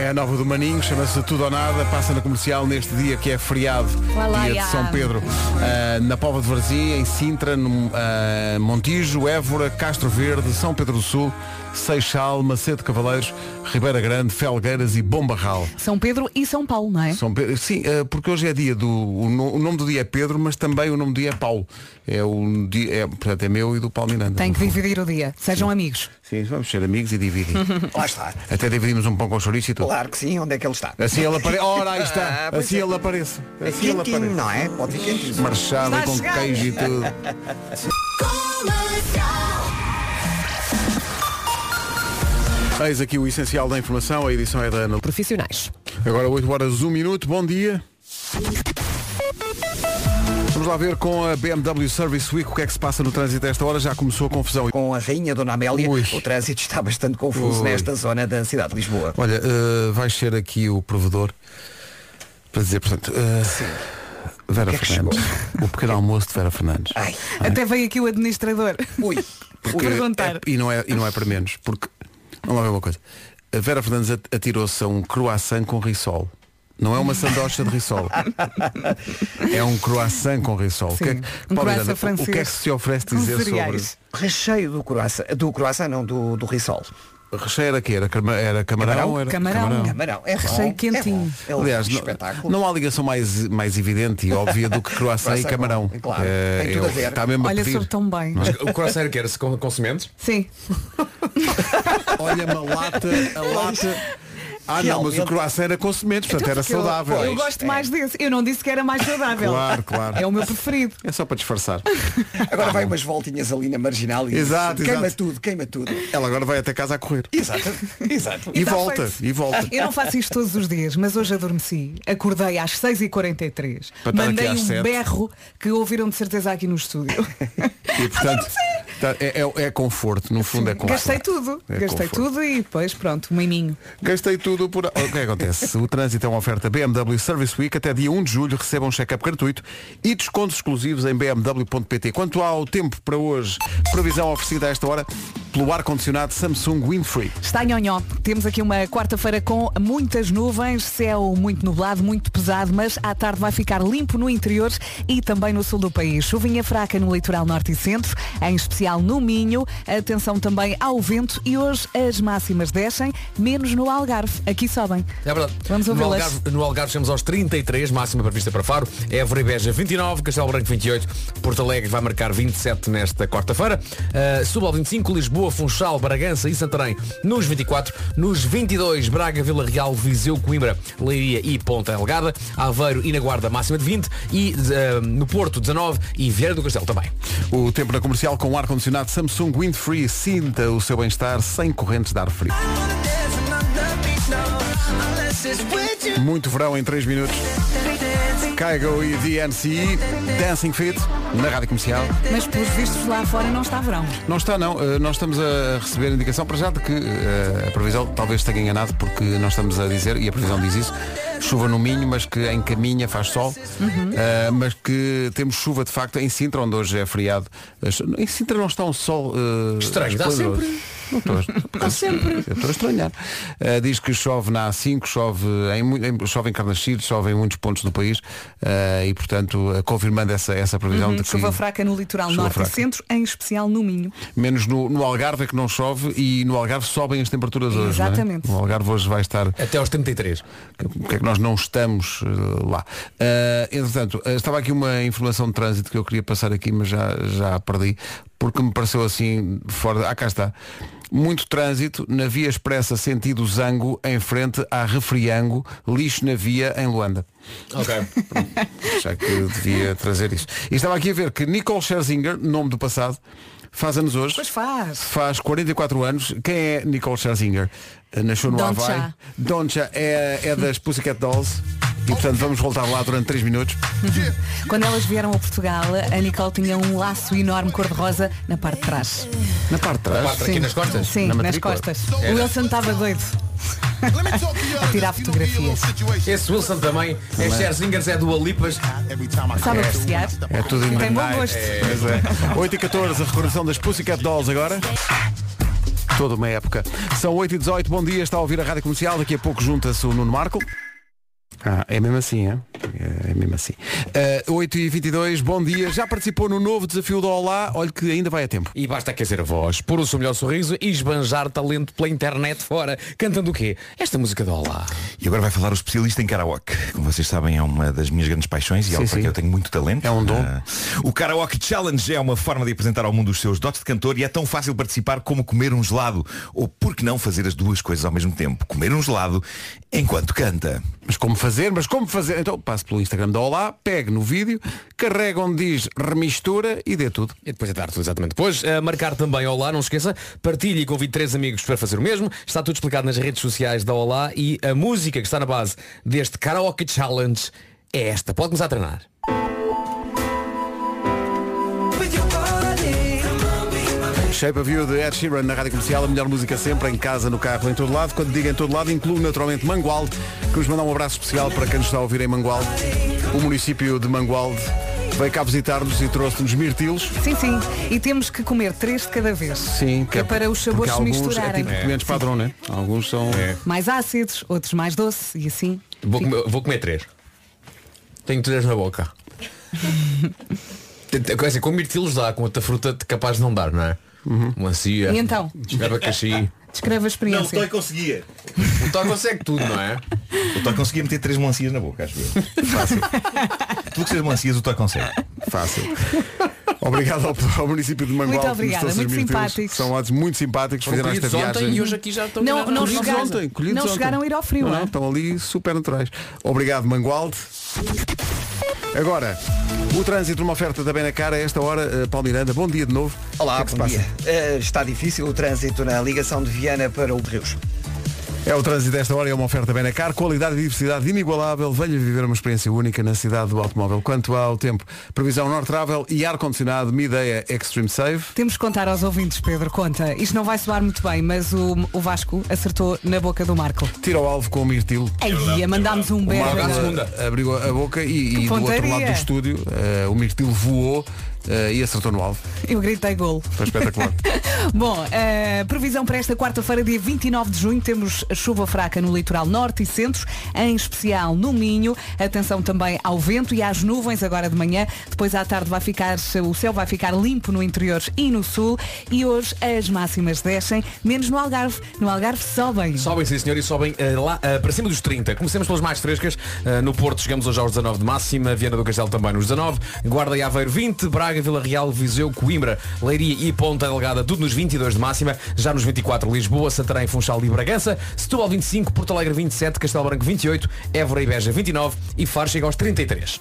Speaker 2: É a nova do Maninho, chama-se Tudo ou Nada, passa na comercial neste dia que é feriado,
Speaker 4: Olá,
Speaker 2: dia
Speaker 4: já.
Speaker 2: de São Pedro, Ah, na Pova de Varzim, em Sintra, no, ah, Montijo, Évora, Castro Verde, São Pedro do Sul, Seixal, Macedo Cavaleiros, Ribeira Grande, Felgueiras e Bombarral.
Speaker 4: São Pedro e São Paulo, não é?
Speaker 2: São Pedro, sim, eh, porque hoje é dia do. O, no- o nome do dia é Pedro, mas também o nome do dia é Paulo. É o dia, é, portanto, é meu e do Paulo Miranda.
Speaker 4: Tem que dividir o dia. Sejam amigos.
Speaker 2: Sim, vamos ser amigos e dividir.
Speaker 3: Lá está.
Speaker 2: Até dividimos um pão com chouriço e tudo.
Speaker 3: Claro que sim, onde é que ele está?
Speaker 2: Assim ele aparece. Ora, aí está.
Speaker 3: Ah, pois
Speaker 2: Assim
Speaker 3: é.
Speaker 2: ele aparece.
Speaker 3: É
Speaker 2: Assim ele
Speaker 3: quentinho,
Speaker 2: aparece.
Speaker 3: não é? Pode ser quentinho.
Speaker 2: Marchado
Speaker 4: Está a
Speaker 2: com
Speaker 4: chegar.
Speaker 2: queijo e tudo. Eis aqui o essencial da informação, a edição é da Ana.
Speaker 4: Profissionais.
Speaker 2: Agora 8 horas 1 minuto, bom dia. Vamos lá ver com a BMW Service Week o que é que se passa no trânsito a esta hora. Já começou a confusão.
Speaker 3: Com a rainha Dona Amélia,
Speaker 2: Ui.
Speaker 3: o trânsito está bastante confuso
Speaker 2: Ui.
Speaker 3: nesta zona da cidade de Lisboa.
Speaker 2: Olha, eh, vai ser aqui o provedor para dizer, portanto, eh, Vera
Speaker 3: O que é que
Speaker 2: Fernandes. O pequeno almoço de Vera Fernandes.
Speaker 3: Ai,
Speaker 4: Até veio aqui o administrador.
Speaker 3: ui.
Speaker 2: Porque
Speaker 4: perguntar.
Speaker 2: é- e, não é, e não é para menos, porque vamos lá ver uma coisa. A Vera Fernandes at- atirou-se a um croissant com rissol. Não é uma sandocha de rissol. é um croissant com rissol. O que é
Speaker 4: Sim,
Speaker 2: que-
Speaker 4: um
Speaker 2: Paulo
Speaker 4: croissant
Speaker 2: Miranda, o
Speaker 4: francês
Speaker 2: que é que se oferece
Speaker 4: com
Speaker 2: dizer sobre.
Speaker 4: cereais.
Speaker 3: Recheio do croissant, do croissant não, do, do risol.
Speaker 2: Recheio era que era, cama- era camarão,
Speaker 3: Camarão?
Speaker 2: era
Speaker 4: Camarão.
Speaker 3: Camarão, é bom,
Speaker 4: Recheio quentinho.
Speaker 3: É bom. É um
Speaker 2: Aliás, não,
Speaker 3: espetáculo.
Speaker 2: não há ligação mais, mais evidente e óbvia do que croissant e
Speaker 3: Croissant com-
Speaker 2: camarão.
Speaker 3: claro,
Speaker 2: Eh,
Speaker 3: tem tudo a
Speaker 2: eu-
Speaker 3: ver.
Speaker 2: Está mesmo a
Speaker 4: Olha,
Speaker 2: pedir. é?
Speaker 4: soube tão bem.
Speaker 1: Mas o croissant que era-se com, com sementes?
Speaker 4: Sim.
Speaker 2: Olha uma lata, a lata. Ah não, mas o
Speaker 3: Realmente.
Speaker 2: croissant era com sementes, portanto
Speaker 4: Então,
Speaker 2: era
Speaker 4: porque eu-
Speaker 2: saudável.
Speaker 4: Eu,
Speaker 3: Pois,
Speaker 4: gosto
Speaker 3: é.
Speaker 4: mais desse. Eu não disse que era mais saudável.
Speaker 2: Claro, claro.
Speaker 4: É o meu preferido.
Speaker 2: É só para disfarçar.
Speaker 3: Agora vai umas voltinhas ali na marginal e
Speaker 2: Ah, Exato,
Speaker 3: queima
Speaker 2: exato.
Speaker 3: tudo, queima tudo.
Speaker 2: Ela agora vai até casa a correr.
Speaker 3: Exato, exato.
Speaker 2: E,
Speaker 4: E tá
Speaker 2: volta,
Speaker 4: feito.
Speaker 2: e volta.
Speaker 4: Eu não faço isto todos os dias, mas hoje adormeci. Acordei às 6h43.
Speaker 2: Para estar
Speaker 4: Mandei
Speaker 2: aqui
Speaker 4: um
Speaker 2: às sete.
Speaker 4: berro que ouviram de certeza aqui no estúdio.
Speaker 2: E portanto, tá- é, é- é conforto, no fundo é conforto.
Speaker 4: Gastei tudo.
Speaker 2: É
Speaker 4: Gastei
Speaker 2: conforto.
Speaker 4: tudo e depois pronto, um miminho.
Speaker 2: Gastei tudo por. O que é que acontece? O trânsito é uma oferta BMW Service Week. Até dia 1 de julho receba um check-up gratuito e descontos exclusivos em bmw.pt. Quanto ao tempo para hoje, previsão oferecida a esta hora pelo ar-condicionado Samsung Winfree.
Speaker 4: Está nhonhó. Temos aqui uma quarta-feira com muitas nuvens, céu muito nublado, muito pesado, mas à tarde vai ficar limpo no interior e também no sul do país. Chuvinha fraca no litoral norte e centro, em especial no Minho. Atenção também ao vento e hoje as máximas descem, menos no Algarve. Aqui sobem.
Speaker 1: É verdade.
Speaker 4: Vamos
Speaker 1: no
Speaker 4: ouvi-las.
Speaker 1: Algarve, no Algarve chegamos aos 33, máxima prevista para Faro. Évora e Beja 29, Castelo Branco 28, Porto Alegre vai marcar 27 nesta quarta-feira. Uh, Suba ao 25, Lisboa, Funchal, Bragança e Santarém nos 24. Nos 22, Braga, Vila Real, Viseu, Coimbra, Leiria e Ponta Delgada. Aveiro e na Guarda máxima de 20 e uh, no Porto 19 e Vieira do Castelo também.
Speaker 2: O tempo na comercial com o ar-condicionado Samsung Windfree. Sinta o seu bem-estar sem correntes de ar frio. Muito verão em 3 minutos. Caigo e DNCE, Dancing Fit, na rádio comercial.
Speaker 4: Mas pelos vistos lá fora não está verão.
Speaker 2: Não está não, Eh, nós estamos a receber indicação para já de que eh, a previsão talvez tenha enganado porque nós estamos a dizer, e a previsão diz isso, chuva no Minho, mas que em Caminha faz sol, Eh, mas que temos chuva de facto em Sintra, onde hoje é feriado. As- Em Sintra não está um sol eh,
Speaker 1: Estranho, dá
Speaker 2: esplendoroso.
Speaker 1: sempre.
Speaker 2: Não estou, a- Eu estou a estranhar. Eh, diz que chove na A5, chove em, mu- em- chove em Carnaxide, chove em muitos pontos do país eh, e, portanto, eh, confirmando essa, essa previsão de que...
Speaker 4: Chuva fraca no litoral
Speaker 2: Chuva
Speaker 4: norte
Speaker 2: fraca.
Speaker 4: e centro, em especial no Minho.
Speaker 2: Menos no, no Algarve é que não chove e no Algarve sobem as temperaturas hoje. não é?
Speaker 4: Exatamente.
Speaker 2: O Algarve hoje vai estar.
Speaker 1: Até aos 33.
Speaker 2: Porque é que nós não estamos eh, lá? Eh, entretanto, eh, estava aqui uma informação de trânsito que eu queria passar aqui, mas já, já a perdi, porque me pareceu assim fora. Ah, cá está. Muito trânsito na via expressa sentido Zango em frente à Refriango, lixo na via em Luanda.
Speaker 1: Ok.
Speaker 2: Já que eu devia trazer isto. E estava aqui a ver que Nicole Scherzinger, nome do passado, faz anos hoje.
Speaker 4: Pois faz.
Speaker 2: Faz 44 anos. Quem é Nicole Scherzinger? Eh, Nasceu no
Speaker 4: Doncha.
Speaker 2: Havaí. Doncha é, é das Pussycat Dolls. E portanto vamos voltar lá durante 3 minutos.
Speaker 4: Quando elas vieram a Portugal, a Nicole tinha um laço enorme cor-de-rosa na parte de trás.
Speaker 2: Na parte de trás.
Speaker 1: Parte aqui nas costas?
Speaker 4: Sim,
Speaker 2: Na
Speaker 4: nas
Speaker 2: matrícula?
Speaker 4: costas. O Wilson estava doido. a tirar fotografias.
Speaker 1: Esse Wilson também. É Scherzingers, é do Alipas.
Speaker 4: Sabe apreciar?
Speaker 2: É tudo
Speaker 4: Tem bom
Speaker 2: engrenagem.
Speaker 4: gosto.
Speaker 2: É, pois é. 8 e 14, a recordação das Pussycat Dolls agora. Toda uma época. São 8 e 18, bom dia, está a ouvir a Rádio Comercial, daqui a pouco junta-se o Nuno Marco. Ah, é mesmo assim, é? É mesmo assim. Ah, 8 e 22, bom dia. Já participou no novo desafio do Olá? Olha que ainda vai a tempo.
Speaker 1: E basta aquecer a voz, pôr o seu melhor sorriso e esbanjar talento pela internet fora. Cantando o quê? Esta música do Olá.
Speaker 6: E agora vai falar o especialista em karaoke. Como vocês sabem, é uma das minhas grandes paixões e
Speaker 2: Sim,
Speaker 6: algo para
Speaker 2: sim.
Speaker 6: que eu tenho muito talento.
Speaker 2: É um dom.
Speaker 6: Ah, o Karaoke Challenge é uma forma de apresentar ao mundo os seus dotes de cantor e é tão fácil participar como comer um gelado. Ou por que não fazer as duas coisas ao mesmo tempo? Comer um gelado enquanto canta.
Speaker 2: Mas como fazer? Mas como fazer? Então passe pelo Instagram do Olá, pegue no vídeo, carrega onde diz remistura e dê tudo.
Speaker 1: E depois é tarde, exatamente. Depois, a marcar também Olá, não se esqueça, partilhe e convide três amigos para fazer o mesmo. Está tudo explicado nas redes sociais da Olá e a música que está na base deste Karaoke Challenge é esta. Pode começar a treinar.
Speaker 2: Shape of You de Ed Sheeran na Rádio Comercial, a melhor música sempre, em casa, no carro, em todo lado. Quando digo em todo lado, incluo naturalmente Mangualde. Queremos mandar um abraço especial para quem nos está a ouvir em Mangualde. O município de Mangualde veio cá visitar-nos e trouxe-nos mirtilos.
Speaker 4: Sim, sim. E temos que comer três de cada vez. que é para os
Speaker 2: porque
Speaker 4: sabores se
Speaker 2: alguns É
Speaker 4: misturarem.
Speaker 2: tipo documentos padrão, né? Alguns são...
Speaker 4: Mais ácidos, outros mais doce e assim.
Speaker 1: Vou comer, vou comer três. Tenho três na boca. Tenta- quer dizer, com mirtilos dá, com outra fruta capaz de não dar, não é? Melancia,
Speaker 4: E então?
Speaker 1: é esperabacaxi.
Speaker 4: Descreve a
Speaker 6: Não, o Toy
Speaker 4: experiência.
Speaker 6: conseguia.
Speaker 1: O Tó Então consegue tudo, não é?
Speaker 6: O Toy conseguia meter três melancias na boca, acho eu. Fácil. Tudo que seja melancias, o Toy consegue.
Speaker 2: Fácil. Obrigado ao, ao município de Mangual
Speaker 4: Muito
Speaker 2: que nos
Speaker 4: obrigada,
Speaker 2: trouxe os
Speaker 4: muito
Speaker 2: mirtilos,
Speaker 4: simpáticos.
Speaker 2: que São lados muito simpáticos,
Speaker 1: Foram
Speaker 2: fizeram esta
Speaker 1: colhidos ontem
Speaker 2: viagem.
Speaker 1: e hoje aqui já estão
Speaker 4: Não,
Speaker 1: colhidos.
Speaker 4: não
Speaker 2: Colhidos
Speaker 4: chegaram-
Speaker 2: ontem, colhidos
Speaker 4: não
Speaker 2: ontem.
Speaker 4: chegaram a ir ao frio,
Speaker 2: Não,
Speaker 4: é?
Speaker 2: não, estão ali super naturais. Obrigado, Mangualde. Agora, o trânsito numa oferta da Benacar a esta hora. eh, Paulo Miranda, bom dia de novo.
Speaker 3: Olá,
Speaker 2: O que é que se
Speaker 3: bom
Speaker 2: passa?
Speaker 3: dia. Eh, está difícil o trânsito na ligação de Viana para o Rios.
Speaker 2: É o trânsito desta hora, é uma oferta Benacar, qualidade e diversidade inigualável. Venha viver uma experiência única na cidade do automóvel. Quanto ao tempo, previsão North Travel e ar-condicionado, minha ideia Extreme Save.
Speaker 4: Temos que contar aos ouvintes, Pedro, conta. Isto não vai soar muito bem, mas o, o Vasco acertou na boca do Marco.
Speaker 2: Tira o alvo com o mirtilo.
Speaker 4: Aí, mandámos um
Speaker 2: O
Speaker 4: beijo.
Speaker 2: Marco,
Speaker 1: à
Speaker 2: eh,
Speaker 1: segunda.
Speaker 2: abriu a boca e, e do outro
Speaker 4: pontaria.
Speaker 2: lado do estúdio eh, o mirtilo voou eh, e acertou no alvo.
Speaker 4: Eu gritei golo.
Speaker 2: Foi espetacular.
Speaker 4: Bom, a previsão para esta quarta-feira, dia 29 de junho, temos chuva fraca no litoral norte e centro, em especial no Minho. Atenção também ao vento e às nuvens agora de manhã. Depois à tarde vai ficar, o céu vai ficar limpo no interior e no sul. E hoje as máximas descem, menos no Algarve. No Algarve sobem.
Speaker 1: Sobem, sim senhor, e sobem eh, lá eh, para cima dos 30. Comecemos pelas mais frescas. Eh, no Porto chegamos hoje aos 19 de máxima, Viana do Castelo também nos 19, Guarda e Aveiro 20, Braga, Vila Real, Viseu, Coimbra, Leiria e Ponta Delgada, tudo nos 22 de máxima. Já nos 24, Lisboa, Santarém, Funchal e Bragança, Setúbal 25, Porto Alegre 27, Castelo Branco 28, Évora e Beja 29 e Faro chega aos 33.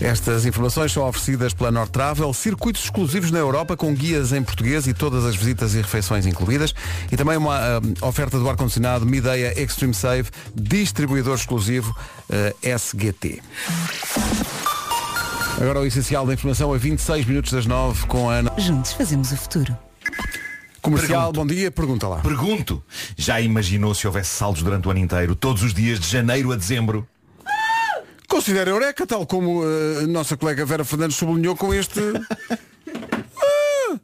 Speaker 2: Estas informações são oferecidas pela North Travel, circuitos exclusivos na Europa com guias em português e todas as visitas e refeições incluídas. E também uma ah, oferta do ar-condicionado Mideia Extreme Save, distribuidor exclusivo ah, SGT. Agora o essencial da informação a 26 minutos das 9 com a Ana.
Speaker 4: Juntos fazemos o futuro.
Speaker 2: Comercial, bom dia, pergunta lá.
Speaker 6: Pergunto, já imaginou se houvesse saldos durante o ano inteiro, todos os dias de janeiro a dezembro?
Speaker 2: Considera Eureka, tal como eh, a nossa colega Vera Fernandes sublinhou com este. Ah,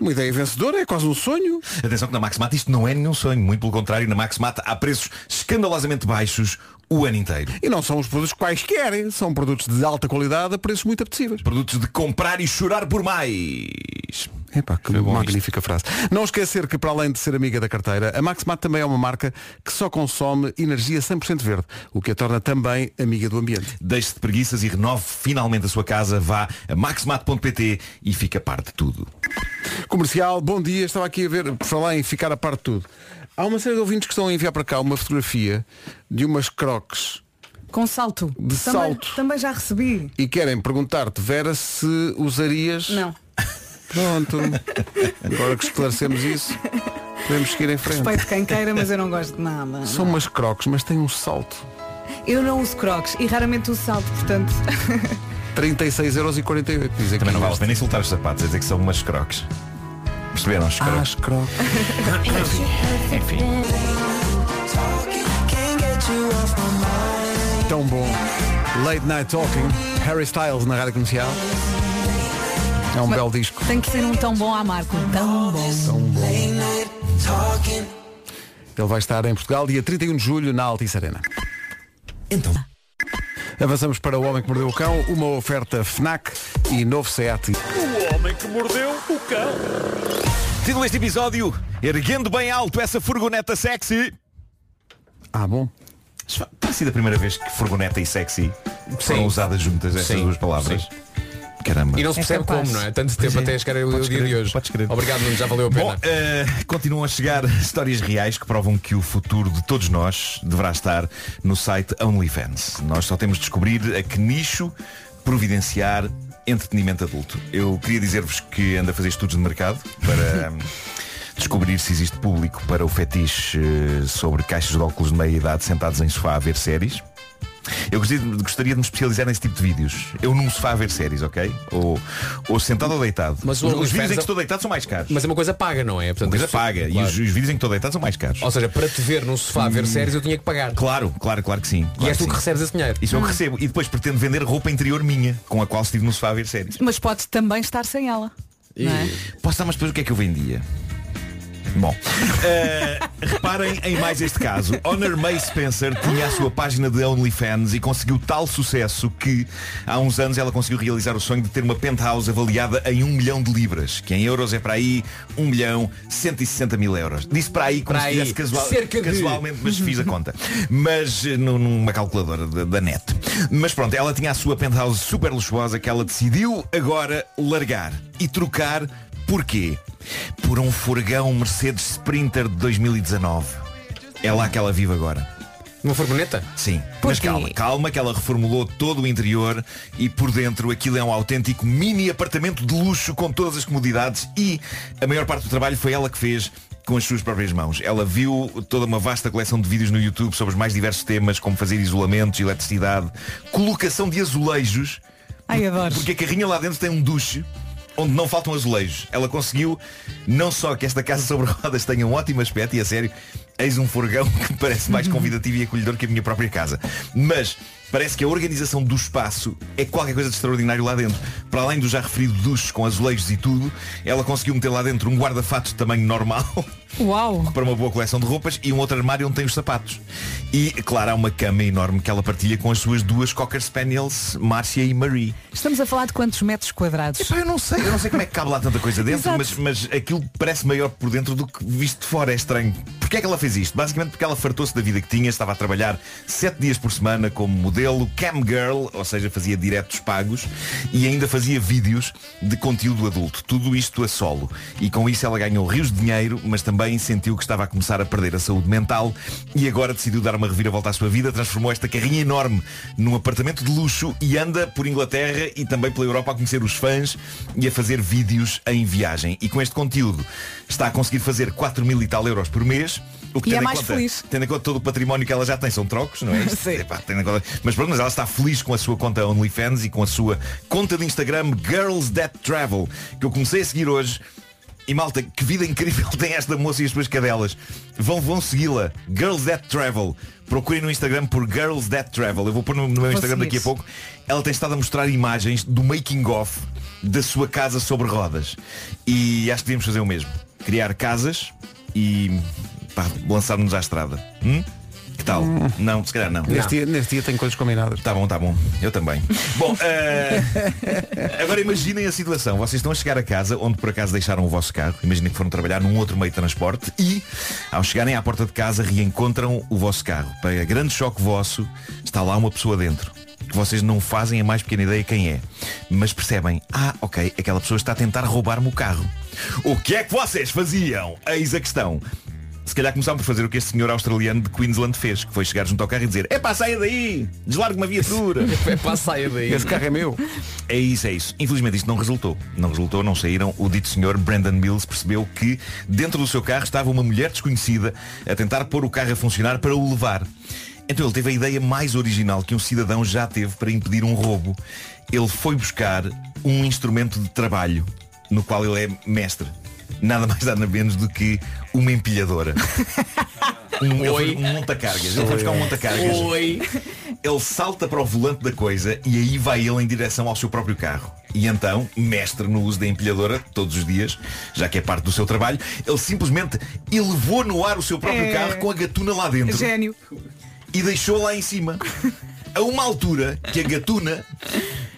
Speaker 2: uma ideia vencedora, é quase um sonho.
Speaker 6: Atenção que na Maxmat isto não é nenhum sonho, muito pelo contrário, na Maxmat há preços escandalosamente baixos o ano inteiro.
Speaker 2: E não são os produtos quaisquer, são produtos de alta qualidade a preços muito apetecíveis.
Speaker 6: Produtos de comprar e chorar por mais.
Speaker 2: Epá, que
Speaker 6: bom
Speaker 2: magnífica frase. Não esquecer que para além de ser amiga da carteira, a Maxmat também é uma marca que só consome energia 100% verde, o que a torna também amiga do ambiente.
Speaker 6: Deixe-se de preguiças e renove finalmente a sua casa. Vá a maxmat.pt e fica a par de tudo.
Speaker 2: Comercial, bom dia, estava aqui a ver, por falar em ficar a par de tudo. Há uma série de ouvintes que estão a enviar para cá uma fotografia de umas croques
Speaker 4: Com salto.
Speaker 2: De
Speaker 4: também,
Speaker 2: salto.
Speaker 4: Também já recebi.
Speaker 2: e querem perguntar-te, Vera, se usarias.
Speaker 4: Não.
Speaker 2: Pronto. Agora que esclarecemos isso, podemos seguir em frente.
Speaker 4: Respeito quem queira, mas eu não gosto de nada.
Speaker 2: São umas croques, mas têm um salto.
Speaker 4: Eu não uso crocs e raramente uso salto, portanto.
Speaker 2: 36,48€. Dizem que
Speaker 6: Também não vale a pena insultar os sapatos, é dizer que são umas croques. Perceberam
Speaker 1: Ah,
Speaker 6: os croques?
Speaker 2: As croques.
Speaker 6: Enfim.
Speaker 2: Tão bom. Late Night Talking, Harry Styles na rádio comercial. É um belo disco.
Speaker 4: Tem que ser um tão bom a Marco. Tão bom.
Speaker 2: Tão bom. Ele vai estar em Portugal dia 31 de julho na Altice Arena.
Speaker 6: Então.
Speaker 2: Avançamos para O Homem que Mordeu o Cão, uma oferta FNAC e novo SEAT.
Speaker 6: Título deste episódio, erguendo bem alto essa furgoneta sexy.
Speaker 2: Ah, bom.
Speaker 6: Terá sido a primeira vez que furgoneta e sexy
Speaker 1: Sim.
Speaker 6: foram usadas juntas estas
Speaker 1: Sim.
Speaker 6: duas palavras. Caramba.
Speaker 1: E não se
Speaker 4: É
Speaker 1: percebe
Speaker 4: capaz.
Speaker 1: como, não é? Tanto tempo até chegar ao
Speaker 6: Podes
Speaker 1: dia de
Speaker 6: crer,
Speaker 1: hoje.
Speaker 6: podes crer.
Speaker 1: Obrigado, Nuno, já valeu a pena.
Speaker 6: Bom, eh, continuam a chegar histórias reais que provam que o futuro de todos nós deverá estar no site OnlyFans. Nós só temos de descobrir a que nicho providenciar entretenimento adulto. Eu queria dizer-vos que ando a fazer estudos de mercado para hum, descobrir se existe público para o fetiche eh, sobre caixas de óculos de meia idade sentados em sofá a ver séries. Eu gostaria, gostaria de me especializar nesse tipo de vídeos. Eu num sofá a ver séries, ok? Ou, ou sentado ou deitado.
Speaker 1: Mas o
Speaker 6: os, os
Speaker 1: OnlyFans
Speaker 6: vídeos em
Speaker 1: é-
Speaker 6: que estou deitado são mais caros.
Speaker 1: Mas é uma coisa paga, não é? Portanto,
Speaker 6: Uma coisa
Speaker 1: isso-
Speaker 6: paga. E
Speaker 1: claro.
Speaker 6: os, os vídeos em que estou deitado são mais caros.
Speaker 1: Ou seja, para te ver num sofá a ver séries eu tinha que pagar.
Speaker 6: Claro, claro, claro que sim.
Speaker 1: e
Speaker 6: claro
Speaker 1: és tu
Speaker 6: sim.
Speaker 1: que recebes esse dinheiro.
Speaker 6: Isso é o que recebo. E depois pretendo vender roupa interior minha, com a qual estive no sofá a ver séries.
Speaker 4: Mas pode também estar sem ela. não é?
Speaker 6: Posso dar, mas depois o que é que eu vendia? Bom, eh, reparem em mais este caso. Honor May Spencer tinha a sua página de OnlyFans e conseguiu tal sucesso que há uns anos ela conseguiu realizar o sonho de ter uma penthouse avaliada em 1 milhão de libras, que em euros é para aí 1 milhão 160 mil euros. Disse para aí como
Speaker 1: Para
Speaker 6: se
Speaker 1: aí,
Speaker 6: tivesse casual,
Speaker 1: cerca de-
Speaker 6: casualmente, mas fiz a conta. Mas eh, nu- numa calculadora da, da net. Mas pronto, ela tinha a sua penthouse super luxuosa que ela decidiu agora largar e trocar porquê? Por um furgão Mercedes Sprinter de 2019. É lá que ela vive agora.
Speaker 1: Uma furgoneta?
Speaker 6: Sim,
Speaker 4: Por
Speaker 6: mas
Speaker 4: quê?
Speaker 6: calma, calma que ela reformulou todo o interior e por dentro aquilo é um autêntico mini apartamento de luxo com todas as comodidades e a maior parte do trabalho foi ela que fez com as suas próprias mãos. Ela viu toda uma vasta coleção de vídeos no YouTube sobre os mais diversos temas, como fazer isolamentos, eletricidade, colocação de azulejos,
Speaker 4: Ai, adoro.
Speaker 6: porque a carrinha lá dentro tem um duche onde não faltam azulejos. Ela conseguiu não só que esta casa sobre rodas tenha um ótimo aspecto e a sério, eis um furgão que parece mais convidativo e acolhedor que a minha própria casa. Mas parece que a organização do espaço é qualquer coisa de extraordinário lá dentro. Para além do já referido duche com azulejos e tudo, ela conseguiu meter lá dentro um guarda-fatos de tamanho normal
Speaker 4: Uau.
Speaker 6: para uma boa coleção de roupas e um outro armário onde tem os sapatos. E, claro, há uma cama enorme que ela partilha com as suas duas Cocker Spaniels, Márcia e Marie.
Speaker 4: Estamos a falar de quantos metros quadrados?
Speaker 6: Epá, eu não sei, eu não sei como é que cabe lá tanta coisa dentro,
Speaker 4: Exato.
Speaker 6: mas, mas aquilo parece maior por dentro do que visto de fora, é estranho. Porquê é que ela fez isto? Basicamente porque ela fartou-se da vida que tinha, estava a trabalhar sete dias por semana como modelo, cam girl, ou seja, fazia diretos pagos e ainda fazia vídeos de conteúdo adulto. Tudo isto a solo. E com isso ela ganhou rios de dinheiro, mas também sentiu que estava a começar a perder a saúde mental e agora decidiu dar uma reviravolta à sua vida, transformou esta carrinha enorme num apartamento de luxo e anda por Inglaterra e também pela Europa a conhecer os fãs e a fazer vídeos em viagem. E com este conteúdo está a conseguir fazer 4 mil e tal euros por mês. O
Speaker 4: E
Speaker 6: que tendo
Speaker 4: é
Speaker 6: em
Speaker 4: mais
Speaker 6: conta,
Speaker 4: feliz.
Speaker 6: Tendo em conta todo o património que ela já tem, são trocos, não é?
Speaker 4: Sim.
Speaker 6: Epá, tendo em conta- Mas pronto, mas ela está feliz com a sua conta OnlyFans e com a sua conta de Instagram Girls That Travel, que eu comecei a seguir hoje. E malta, que vida incrível tem esta moça e as suas cadelas. Vão, vão segui-la. Girls That Travel. Procurem no Instagram por Girls That Travel. Eu vou pôr no, no meu Instagram
Speaker 4: seguir.
Speaker 6: daqui a pouco. Ela tem estado a mostrar imagens do making of da sua casa sobre rodas. E acho que devíamos fazer o mesmo. Criar casas e pá, lançar-nos à estrada. Hum? Que tal? Não, se calhar não.
Speaker 2: Neste dia, neste dia tenho coisas combinadas.
Speaker 6: Tá bom, tá bom. Eu também. Bom, eh, agora imaginem a situação. Vocês estão a chegar a casa, onde por acaso deixaram o vosso carro. Imaginem que foram trabalhar num outro meio de transporte e, ao chegarem à porta de casa, reencontram o vosso carro. Para grande choque vosso, está lá uma pessoa dentro. Que vocês não fazem a mais pequena ideia quem é. Mas percebem, ah, ok, aquela pessoa está a tentar roubar-me o carro. O que é que vocês faziam? Eis a questão. Se calhar começámos por fazer o que este senhor australiano de Queensland fez, que foi chegar junto ao carro e dizer Epá, saia daí! Deslargue uma viatura!
Speaker 1: É para a saia daí.
Speaker 2: Esse carro é meu.
Speaker 6: é isso, é isso. Infelizmente isto não resultou. Não resultou, não saíram. O dito senhor Brandon Mills percebeu que dentro do seu carro estava uma mulher desconhecida a tentar pôr o carro a funcionar para o levar. Então ele teve a ideia mais original que um cidadão já teve para impedir um roubo. Ele foi buscar um instrumento de trabalho no qual ele é mestre. Nada mais nada menos do que uma empilhadora. Um, ele foi
Speaker 1: Oi.
Speaker 6: um monta-cargas. Ele foi buscar um monta-cargas.
Speaker 1: Oi.
Speaker 6: Ele salta para o volante da coisa e aí vai ele em direção ao seu próprio carro. E então, mestre no uso da empilhadora, todos os dias, já que é parte do seu trabalho, ele simplesmente elevou no ar o seu próprio
Speaker 4: É.
Speaker 6: carro com a gatuna lá dentro
Speaker 4: Gênio.
Speaker 6: e deixou lá em cima. A uma altura que a gatuna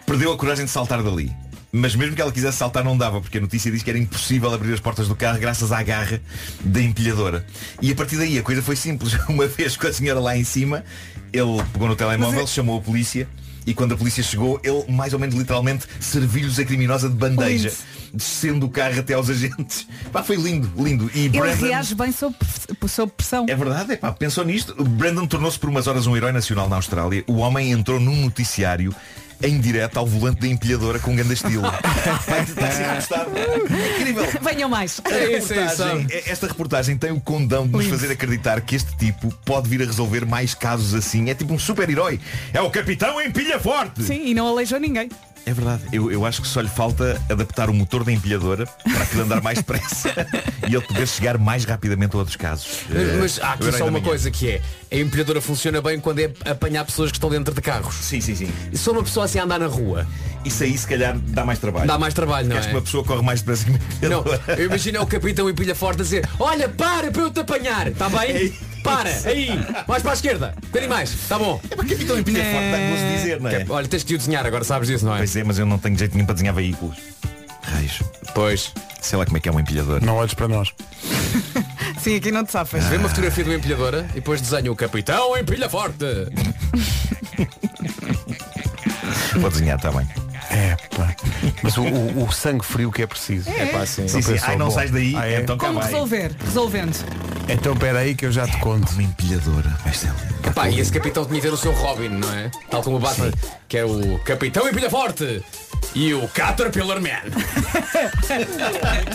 Speaker 6: perdeu a coragem de saltar dali. Mas mesmo que ela quisesse saltar não dava, porque a notícia diz que era impossível abrir as portas do carro graças à garra da empilhadora. E a partir daí a coisa foi simples. Uma vez com a senhora lá em cima, ele pegou no telemóvel,
Speaker 4: é-
Speaker 6: chamou a polícia e quando a polícia chegou, ele mais ou menos literalmente serviu-lhes a criminosa de bandeja, descendo o carro até aos agentes. Pá, foi lindo, lindo. E
Speaker 4: Ele
Speaker 6: Brandon-
Speaker 4: reage bem sob, sob pressão.
Speaker 6: é verdade, é pá, pensou nisto. Brandon tornou-se por umas horas um herói nacional na Austrália. O homem entrou num noticiário em direto ao volante da empilhadora com grande estilo. Vai tentar ser reportado. Incrível.
Speaker 4: Venham mais.
Speaker 1: É isso, é isso.
Speaker 6: Reportagem- é- Esta reportagem tem o condão de nos fazer acreditar que este tipo pode vir a resolver mais casos assim. É tipo um super-herói. É o capitão em pilha forte.
Speaker 4: Sim, e não aleijou ninguém.
Speaker 6: É verdade. Eu, eu acho que só lhe falta adaptar o motor da empilhadora para aquilo andar mais depressa e ele poder chegar mais rapidamente a outros casos. Eh,
Speaker 1: Mas há
Speaker 6: eu
Speaker 1: aqui
Speaker 6: era
Speaker 1: só
Speaker 6: ainda
Speaker 1: uma
Speaker 6: manhã.
Speaker 1: coisa que é, a empilhadora funciona bem quando é apanhar pessoas que estão dentro de carros.
Speaker 6: Sim, sim, sim.
Speaker 1: E se uma pessoa assim a andar na rua,
Speaker 6: Isso aí se calhar dá mais trabalho.
Speaker 1: dá mais trabalho, não
Speaker 6: Porque acho que
Speaker 1: é?
Speaker 6: uma pessoa corre mais depressa que uma
Speaker 1: Não,
Speaker 6: empilhadora.
Speaker 1: eu imagino é o capitão empilha forte a dizer, olha, para para eu te apanhar, está bem? Para, aí, mais para a esquerda, um bocadinho mais, está bom.
Speaker 6: Capitão Empilha Forte dá gosto de dizer, não é?
Speaker 1: Olha, tens que o desenhar agora, sabes disso, não é?
Speaker 6: Pois é, mas eu não tenho jeito nenhum para desenhar veículos. Raios.
Speaker 1: Pois.
Speaker 6: Sei lá como é que é um empilhador.
Speaker 2: Não olhes para nós.
Speaker 4: Sim, aqui não te safas.
Speaker 2: Ah,
Speaker 1: Vê uma fotografia de uma empilhadora e depois desenha o capitão empilha forte.
Speaker 6: Vou desenhar, está bem.
Speaker 2: É, pá. Mas o, o- o sangue frio que é preciso.
Speaker 1: É pá, sim.
Speaker 6: Sim, sim.
Speaker 2: pensou,
Speaker 6: Ai, não
Speaker 2: bom.
Speaker 6: sais daí.
Speaker 2: Ah, é?
Speaker 6: Então cá
Speaker 4: Como
Speaker 6: vai.
Speaker 4: resolver? Resolvendo.
Speaker 2: Então espera aí que eu já te conto.
Speaker 6: É Uma empilhadora. é Vai ser lindo.
Speaker 1: Pá, e esse capitão tinha de ter o seu Robin, não é? Tal como o Batman, que era o Capitão Empilha Forte e o Caterpillar Man.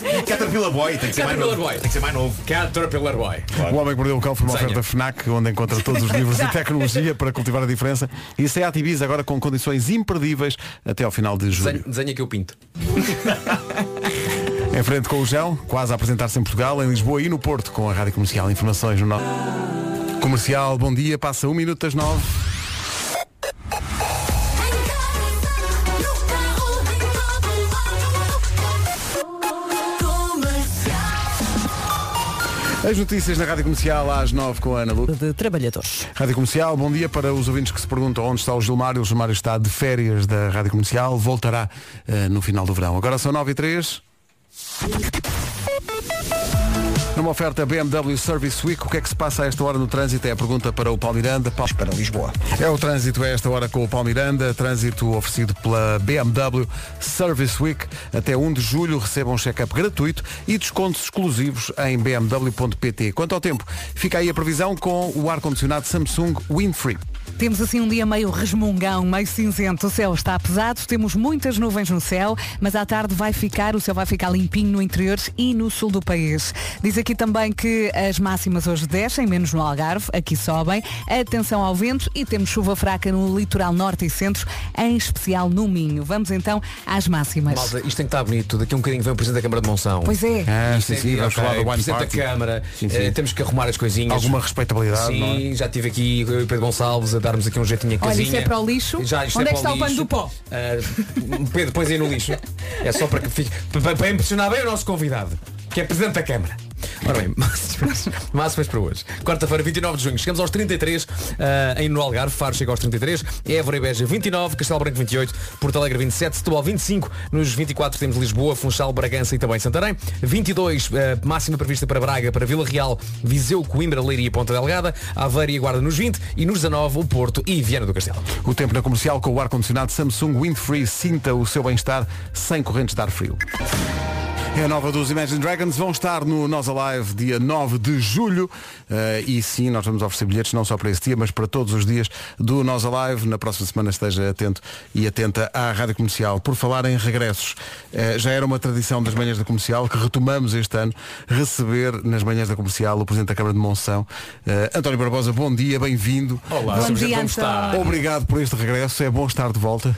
Speaker 6: É Caterpillar Boy. Tem que ser mais
Speaker 1: Caterpillar
Speaker 6: novo.
Speaker 1: Boy.
Speaker 6: Tem que ser mais novo.
Speaker 1: Caterpillar Boy.
Speaker 2: O Homem que Mordeu o Cão foi uma
Speaker 1: Desenha.
Speaker 2: oferta FNAC, onde encontra todos os livros de tecnologia para cultivar a diferença. E se é Ativiza agora com condições imperdíveis até ao final de
Speaker 1: Desenho,
Speaker 2: julho.
Speaker 1: desenho que eu pinto.
Speaker 2: Em frente com o João, quase a apresentar-se em Portugal, em Lisboa e no Porto, com a Rádio Comercial. Informações no nosso... Comercial, bom dia, passa um minuto das nove. As notícias na Rádio Comercial às nove com a Ana Lu.
Speaker 7: de trabalhadores.
Speaker 2: Rádio Comercial, bom dia para os ouvintes que se perguntam onde está o Gilmário. O Gilmário está de férias da Rádio Comercial, voltará eh, no final do verão. Agora são 9 e três. Numa oferta BMW Service Week, o que é que se passa a esta hora no trânsito? É a pergunta para o Paulo Miranda. Paulo...
Speaker 3: Para Lisboa.
Speaker 2: É o trânsito a esta hora com o Paulo Miranda, trânsito oferecido pela BMW Service Week. Até 1 de julho recebam um check-up gratuito e descontos exclusivos em bmw.pt. Quanto ao tempo, fica aí a previsão com o ar-condicionado Samsung Winfree.
Speaker 4: Temos assim um dia meio resmungão, meio cinzento. O céu está pesado, temos muitas nuvens no céu, mas à tarde vai ficar, o céu vai ficar limpinho no interior e no sul do país. Diz aqui também que as máximas hoje descem, menos no Algarve, aqui sobem. Atenção ao vento e temos chuva fraca no litoral norte e centro, em especial no Minho. Vamos então às máximas.
Speaker 1: Malta, isto tem que estar bonito. Daqui a um bocadinho vem o Presidente da Câmara de Monção.
Speaker 4: Pois é.
Speaker 2: Ah,
Speaker 1: Isto
Speaker 2: sim,
Speaker 1: é-
Speaker 2: sim, vamos
Speaker 1: ok,
Speaker 2: falar do Wine
Speaker 1: Presidente
Speaker 2: Party.
Speaker 1: da Câmara,
Speaker 2: Sim, sim.
Speaker 1: eh, temos que arrumar as coisinhas.
Speaker 2: Alguma respeitabilidade, não é?
Speaker 1: Sim, já estive aqui eu e o Pedro Gonçalves a darmos aqui um jeitinho a
Speaker 4: Olha,
Speaker 1: casinha.
Speaker 4: isso é para o lixo?
Speaker 1: Já, isto
Speaker 4: Onde é
Speaker 1: para
Speaker 4: que está o
Speaker 1: lixo.
Speaker 4: pano do pó?
Speaker 1: Ah, Pedro, põe aí no lixo. É só para, que fique, para, para impressionar bem o nosso convidado, que é Presidente da Câmara. Ora bem, máximas, máximas para hoje. Quarta-feira, 29 de junho. Chegamos aos 33 ah, em No Algarve. Faro chega aos 33. Évora e Beja, 29. Castelo Branco, 28. Porto Alegre, 27. Setúbal, 25. Nos 24 temos Lisboa, Funchal, Bragança e também Santarém. 22, ah, máxima prevista para Braga, para Vila Real, Viseu, Coimbra, Leiria e Ponta Delgada. Aveiro e Guarda nos 20. E nos 19, o Porto e Viana do Castelo.
Speaker 2: O tempo na comercial com o ar-condicionado Samsung Windfree. Sinta o seu bem-estar sem correntes de ar frio. É a nova dos Imagine Dragons, vão estar no Nós Alive dia 9 de julho Eh, e sim, nós vamos oferecer bilhetes não só para esse dia, mas para todos os dias do Nós Alive. Na próxima semana esteja atento e atenta à Rádio Comercial. Por falar em regressos, eh, já era uma tradição das manhãs da Comercial que retomamos este ano, receber nas manhãs da Comercial o Presidente da Câmara de Monção, eh, António Barbosa, bom dia, bem-vindo.
Speaker 1: Olá,
Speaker 4: Bom dia,
Speaker 1: Sr. Presidente, como está?
Speaker 4: António.
Speaker 2: Obrigado por este regresso, é bom estar de volta.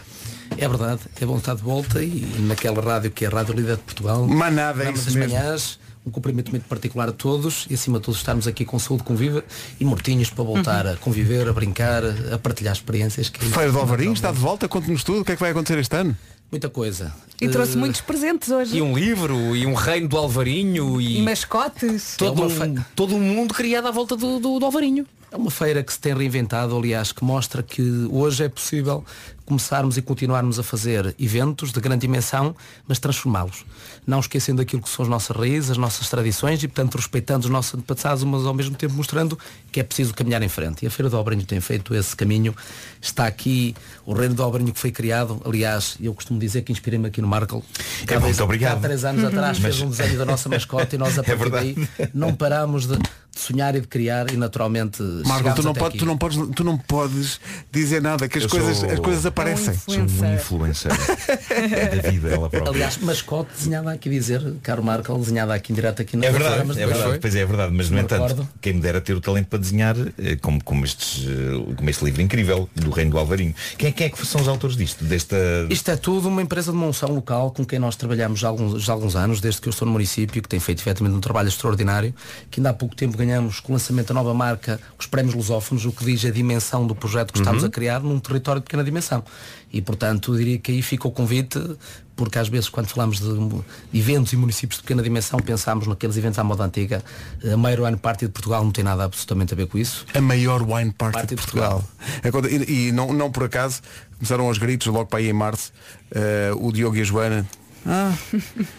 Speaker 8: É verdade, é bom estar de volta e naquela rádio que é a Rádio Líder de Portugal.
Speaker 2: Mas nada, é
Speaker 8: Programa
Speaker 2: isso
Speaker 8: das
Speaker 2: mesmo.
Speaker 8: manhãs, um cumprimento muito particular a todos e acima de tudo estarmos aqui com saúde, conviva e mortinhos para voltar a conviver, a brincar, a partilhar experiências. Que é isso.
Speaker 2: Feira do Alvarinho está de volta, conte-nos tudo, o que é que vai acontecer este ano?
Speaker 8: Muita coisa.
Speaker 4: E trouxe
Speaker 2: Ah,
Speaker 8: Eh,
Speaker 4: muitos presentes hoje.
Speaker 1: E um livro, e um reino do Alvarinho,
Speaker 4: E
Speaker 1: e...
Speaker 4: mascotes.
Speaker 8: É
Speaker 7: Todo,
Speaker 8: uma
Speaker 7: um,
Speaker 8: fe-
Speaker 7: todo um mundo criado à volta do, do, do Alvarinho.
Speaker 8: É uma feira que se tem reinventado, aliás, que mostra que hoje é possível começarmos e continuarmos a fazer eventos de grande dimensão, mas transformá-los. Não esquecendo aquilo que são as nossas raízes, as nossas tradições e, portanto, respeitando os nossos antepassados, mas ao mesmo tempo mostrando que é preciso caminhar em frente. E a Feira do Obrinho tem feito esse caminho. Está aqui o reino do Obrinho que foi criado. Aliás, eu costumo dizer que inspirei-me aqui no Marco.
Speaker 6: É, muito obrigado.
Speaker 2: Uhum.
Speaker 8: Há três anos atrás fez um desenho da nossa mascote e nós a partir
Speaker 6: É verdade.
Speaker 8: daí não parámos de, de sonhar e de criar e naturalmente
Speaker 2: Marco,
Speaker 8: chegámos
Speaker 2: tu não,
Speaker 8: até
Speaker 2: podes,
Speaker 8: aqui.
Speaker 2: tu, não podes, tu não podes dizer nada, que as,
Speaker 6: Eu
Speaker 2: coisas,
Speaker 6: sou-
Speaker 2: as coisas aparecem.
Speaker 4: influ-
Speaker 6: Sou um influencer É da vida ela própria.
Speaker 8: Aliás, mascote desenhada aqui dizer, caro Marco, desenhada aqui em direto aqui na
Speaker 6: É verdade,
Speaker 8: mas
Speaker 6: é verdade, pois é, é verdade, mas no
Speaker 8: Me
Speaker 6: entanto,
Speaker 8: recordo.
Speaker 6: quem me dera ter o talento para desenhar eh, como, como, estes, eh, como este livro incrível do Reino do Alvarinho. Quem, é- quem é que são os autores disto? Desta.
Speaker 8: Isto é tudo uma empresa de monção local com quem nós trabalhamos já há alguns, já há alguns anos, desde que eu estou no município, que tem feito efetivamente um trabalho extraordinário, que ainda há pouco tempo ganhamos com o lançamento da nova marca os prémios lusófonos, o que diz a dimensão do projeto que estamos a criar num território de pequena dimensão. E portanto eu diria que aí fica o convite, porque às vezes quando falamos de mu- eventos e municípios de pequena dimensão pensamos naqueles eventos à moda antiga. A maior ano parte de Portugal não tem nada absolutamente a ver com isso.
Speaker 2: A maior wine party
Speaker 8: Party
Speaker 2: de
Speaker 8: de
Speaker 2: Portugal. Acorda- E, e não, não por acaso, começaram aos gritos logo para aí em março, eh, o Diogo e a Joana. "Ah,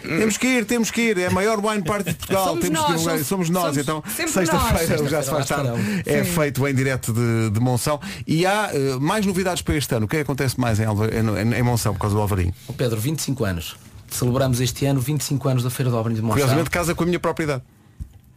Speaker 2: temos que ir, temos que ir, é a maior wine party de Portugal,
Speaker 4: Somos
Speaker 2: temos que
Speaker 4: nós,
Speaker 2: ir, somos,
Speaker 4: somos-
Speaker 2: nós,
Speaker 4: somos
Speaker 2: então
Speaker 4: sempre
Speaker 2: sexta-feira
Speaker 8: nós.
Speaker 2: já se faz tarde.
Speaker 8: Sexta-feira lá
Speaker 2: É feito em direto de, de Monção. E há eh, mais novidades para este ano. O que é que acontece mais em, Alva- em- em- em Monção por causa do Alvarinho?
Speaker 8: Ó Pedro, 25 anos. Celebramos este ano 25 anos da Feira do Obrinho de Monção.
Speaker 2: Curiosamente casa com a minha propriedade.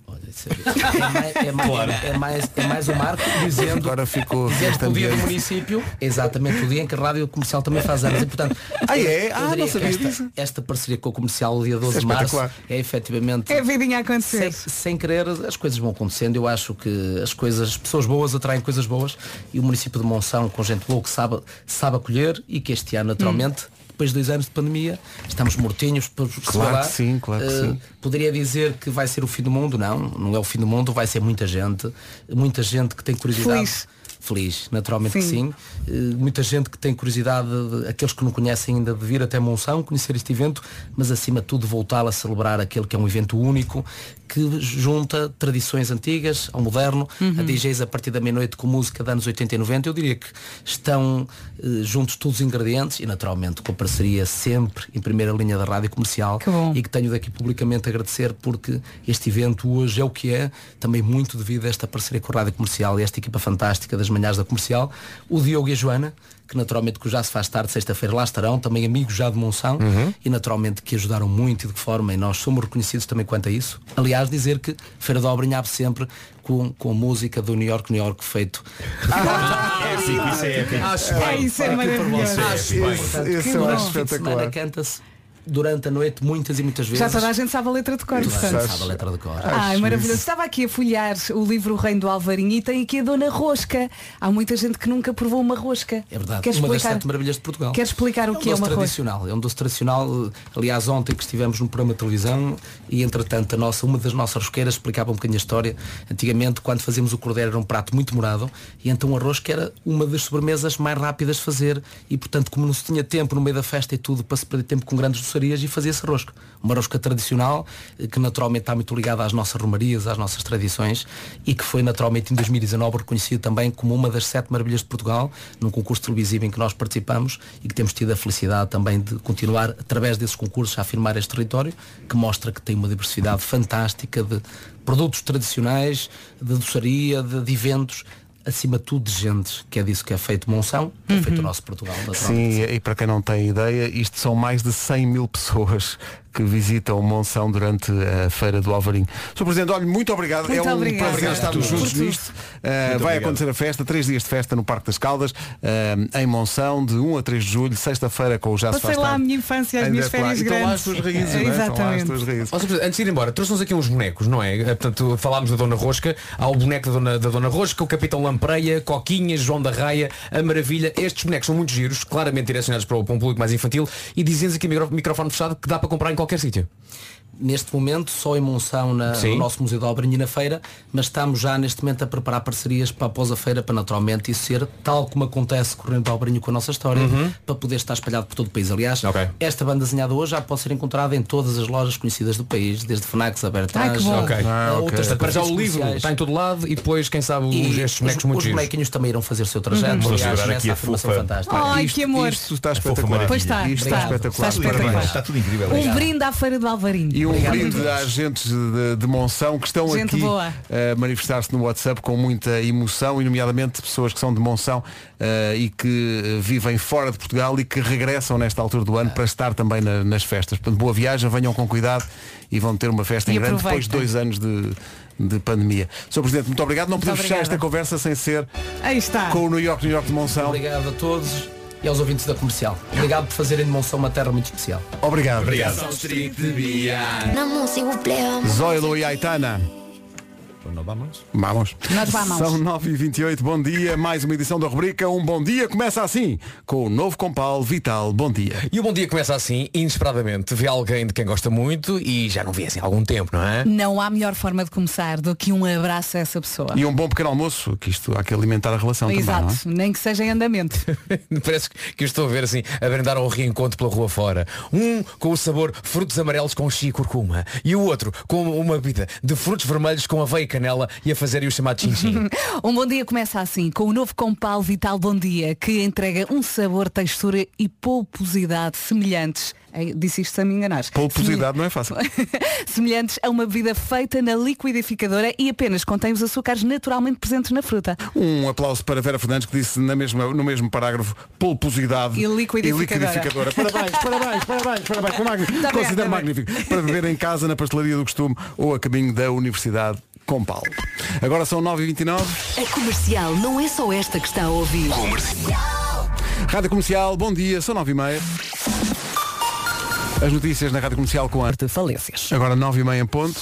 Speaker 8: Olha, isso é- é mais- é mais- é mais- é mais o Marco dizendo
Speaker 2: Agora ficou
Speaker 8: dizendo que o dia do
Speaker 2: ambiente.
Speaker 8: município é exatamente o dia em que a rádio comercial também faz anos e portanto
Speaker 2: Ah, é?
Speaker 8: eu
Speaker 2: Ah,
Speaker 8: diria
Speaker 2: não sabia
Speaker 8: que esta,
Speaker 2: disso.
Speaker 8: esta parceria com o comercial dia 12
Speaker 2: Isso é
Speaker 8: de março
Speaker 2: espetacular.
Speaker 8: é efetivamente
Speaker 4: É a vidinha a
Speaker 8: sem,
Speaker 4: acontecer.
Speaker 8: sem querer as coisas vão acontecendo eu acho que as coisas as pessoas boas atraem coisas boas e o município de Monção com gente boa que sabe, sabe acolher e que este ano naturalmente
Speaker 4: Hum.
Speaker 8: depois de dois anos de pandemia estamos mortinhos para
Speaker 2: Claro que sim, claro
Speaker 8: Eh,
Speaker 2: que sim.
Speaker 8: poderia dizer que vai ser o fim do mundo não não é o fim do mundo vai ser muita gente muita gente que tem curiosidade
Speaker 4: Feliz.
Speaker 8: Feliz, naturalmente que
Speaker 4: Sim.
Speaker 8: sim. Eh, muita gente que tem curiosidade, de- aqueles que não conhecem ainda, de vir até Monção, conhecer este evento, mas acima de tudo voltar a celebrar aquele que é um evento único, que junta tradições antigas ao moderno,
Speaker 4: Uhum.
Speaker 8: a DJs a partir da meia-noite com música de anos 80 e 90. Eu diria que estão eh, juntos todos os ingredientes e naturalmente com a parceria sempre em primeira linha da rádio comercial
Speaker 4: Que bom.
Speaker 8: e que tenho daqui publicamente a agradecer porque este evento hoje é o que é, também muito devido a esta parceria com a Rádio Comercial e esta equipa fantástica das manhãs da Comercial, o Diogo e a Joana, que naturalmente que já se faz tarde, sexta-feira lá estarão, também amigos já de Monção e naturalmente que ajudaram muito e de que forma, e nós somos reconhecidos também quanto a isso. Aliás, dizer que Feira da Obrinha abre sempre com, com a música do New York, New York feito.
Speaker 6: É épico, isso é
Speaker 8: Ah,
Speaker 6: épico.
Speaker 4: assim, É isso, é maravilhoso.
Speaker 6: Isso é épico.
Speaker 8: Portanto,
Speaker 2: Esse
Speaker 8: que
Speaker 2: eu
Speaker 8: bom.
Speaker 2: acho
Speaker 8: um Fim de semana
Speaker 2: espetacular.
Speaker 8: Canta-se durante a noite muitas e muitas vezes.
Speaker 4: Já toda a gente sabe a letra de cor,
Speaker 8: Toda a gente
Speaker 4: portanto.
Speaker 8: sabe a letra de cor.
Speaker 4: Ai, maravilhoso. Estava aqui a folhear o livro O Reino do Alvarinho e tem aqui a Dona Rosca. Há muita gente que nunca provou uma rosca.
Speaker 8: É verdade,
Speaker 4: Queres
Speaker 8: uma das
Speaker 4: explicar,
Speaker 8: sete maravilhas de Portugal.
Speaker 4: queres explicar o que é
Speaker 8: doce
Speaker 4: uma rosca?
Speaker 8: tradicional, É um doce tradicional. eh, Aliás, ontem que estivemos num programa de televisão e, entretanto, a nossa, uma das nossas rosqueiras explicava um bocadinho a história. Antigamente, quando fazíamos o cordeiro, era um prato muito morado e então a rosca era uma das sobremesas mais rápidas de fazer e, portanto, como não se tinha tempo no meio da festa e tudo para se perder tempo com grandes doçarias e fazia-se rosca. Uma rosca tradicional eh, que, naturalmente, está muito ligada às nossas romarias, às nossas tradições e que foi, naturalmente, em 2019 reconhecida também como uma das sete maravilhas de Portugal num concurso televisivo em que nós participamos e que temos tido a felicidade também de continuar através desses concursos a afirmar este território que mostra que tem uma diversidade fantástica de produtos tradicionais, de doçaria, de, de eventos, acima de tudo de gente, que é disso que é feito Monção, que é feito o nosso Portugal. naturalmente.
Speaker 2: Sim, e para quem não tem ideia, isto são mais de 100 mil pessoas que visitam Monção durante a Feira do Alvarinho. Sr. Presidente, olha, muito obrigado.
Speaker 4: Muito
Speaker 2: é um
Speaker 4: obrigada.
Speaker 2: prazer
Speaker 4: Obrigado por
Speaker 2: estarmos
Speaker 4: tudo.
Speaker 2: juntos
Speaker 4: Por tudo.
Speaker 2: nisto. Uh, vai acontecer a festa, três dias de festa no Parque das Caldas, uh, em Monção, de 1 a 3 de julho, sexta-feira com o Já se
Speaker 4: Passei
Speaker 2: faz
Speaker 4: lá a
Speaker 2: Tarde.
Speaker 4: minha infância, as
Speaker 2: Ainda
Speaker 4: minhas
Speaker 2: te lá-
Speaker 4: férias
Speaker 2: e estão lá as
Speaker 4: grandes.
Speaker 2: tuas raízes, não é? Estão lá as
Speaker 4: Exatamente.
Speaker 2: tuas raízes.
Speaker 1: Ó, Sr. Presidente, antes de ir embora, trouxe-nos aqui uns bonecos, não é? Eh, Portanto, falámos da Dona Rosca, há o boneco da Dona, da Dona Rosca, o Capitão Lampreia, Coquinha, João da Raia, a Maravilha. Estes bonecos são muito giros, claramente direcionados para, o- para um público mais infantil e dizemos aqui micro, microfone fechado que dá para comprar em qualquer sítio.
Speaker 8: neste momento só em Monção na,
Speaker 1: Sim.
Speaker 8: no nosso Museu da Obrinha na feira, mas estamos já neste momento a preparar parcerias para após a feira para naturalmente isso ser tal como acontece correndo da Obrinho com a nossa história, para poder estar espalhado por todo o país. Aliás,
Speaker 1: Uhum. Ok.
Speaker 8: esta banda desenhada hoje já pode ser encontrada em todas as lojas conhecidas do país, desde Fnacs, a
Speaker 4: Ai,
Speaker 8: Bertrand,
Speaker 4: que bom.
Speaker 8: a-
Speaker 1: Ok.
Speaker 8: a
Speaker 2: Ah, ok.
Speaker 8: outras
Speaker 1: Portanto, para já o
Speaker 8: parcerias
Speaker 1: livro
Speaker 8: comerciais.
Speaker 1: está em todo lado e depois, quem sabe,
Speaker 8: E
Speaker 1: os, estes bonecos
Speaker 8: os,
Speaker 1: muito
Speaker 8: os
Speaker 1: giros.
Speaker 8: bonequinhos também irão fazer o seu trajeto.
Speaker 6: Estou a
Speaker 8: Aliás,
Speaker 6: segurar aqui
Speaker 8: nessa
Speaker 6: a
Speaker 8: afirmação
Speaker 6: fofa.
Speaker 8: fantástica.
Speaker 4: Ai,
Speaker 2: Ah, Isto-
Speaker 4: que amor.
Speaker 2: Isto está
Speaker 6: fofa
Speaker 2: espetacular.
Speaker 6: maravilha.
Speaker 4: Pois está,
Speaker 2: Isto
Speaker 4: está,
Speaker 2: está espetacular.
Speaker 4: está
Speaker 6: Parabéns,
Speaker 4: espetacular.
Speaker 6: Está tudo incrível.
Speaker 4: Ah, Um brinde à Feira do Alvarinho.
Speaker 2: E um
Speaker 8: Obrigado a
Speaker 2: brinde
Speaker 8: todos.
Speaker 2: às gentes de, de Monção que estão
Speaker 4: Gente
Speaker 2: aqui
Speaker 4: boa.
Speaker 2: a manifestar-se no WhatsApp com muita emoção e nomeadamente pessoas que são de Monção eh, e que eh, vivem fora de Portugal e que regressam nesta altura do ano para estar também na- nas festas. Portanto, boa viagem, venham com cuidado e vão ter uma festa em
Speaker 4: E
Speaker 2: grande depois de
Speaker 4: aproveitem.
Speaker 2: dois anos de, de pandemia. Sr. Presidente, muito obrigado. Não podemos fechar
Speaker 4: obrigada.
Speaker 2: esta conversa sem ser
Speaker 4: Aí está.
Speaker 2: com o New York, New York de Monção.
Speaker 8: Obrigado a todos e aos ouvintes da comercial. Obrigado por fazerem de Monção uma terra muito especial.
Speaker 2: Obrigado.
Speaker 9: L'amour, s'il vous plaît.
Speaker 2: Zoilo e Aitana. Vamos.
Speaker 4: Nós vamos.
Speaker 2: São 9h28, bom dia. Mais uma edição da rubrica Um Bom Dia começa assim, com o novo compal Vital Bom Dia.
Speaker 1: E o bom dia começa assim, inesperadamente. Vê alguém de quem gosta muito e já não vê assim há algum tempo, não é?
Speaker 4: Não há melhor forma de começar do que um abraço a essa pessoa.
Speaker 2: E um bom pequeno almoço, que isto há que alimentar a relação também,
Speaker 4: Exato,
Speaker 2: não é?
Speaker 4: nem que seja em andamento.
Speaker 1: Parece que eu estou a ver assim, a brindar um reencontro pela rua fora. Um com o sabor frutos amarelos com chi e curcuma. E o outro com uma bebida de frutos vermelhos com aveia e canela e a fazerem o chamado chin-chin.
Speaker 4: Um bom dia começa assim, com o novo Compal Vital Bom Dia, que entrega um sabor, textura e polposidade semelhantes. Ei, Disse isto sem me enganar.
Speaker 2: Polposidade não é fácil.
Speaker 4: Semelhantes a uma bebida feita na liquidificadora e apenas contém os açúcares naturalmente presentes na fruta.
Speaker 2: Um aplauso para Vera Fernandes que disse na mesma, no mesmo parágrafo polposidade
Speaker 4: E liquidificadora.
Speaker 2: liquidificadora. Parabéns, parabéns, parabéns, parabéns. Foi magnífico.
Speaker 4: Tá bem,
Speaker 2: Considero
Speaker 4: tá bem.
Speaker 2: magnífico. Para beber em casa, na pastelaria do costume ou a caminho da universidade com Paulo. Agora são 9h29.
Speaker 10: A comercial não é só esta que está a ouvir.
Speaker 2: Rádio Comercial, bom dia, são 9h30. As notícias na Rádio Comercial com a
Speaker 7: De falências.
Speaker 2: Agora 9h30 em ponto.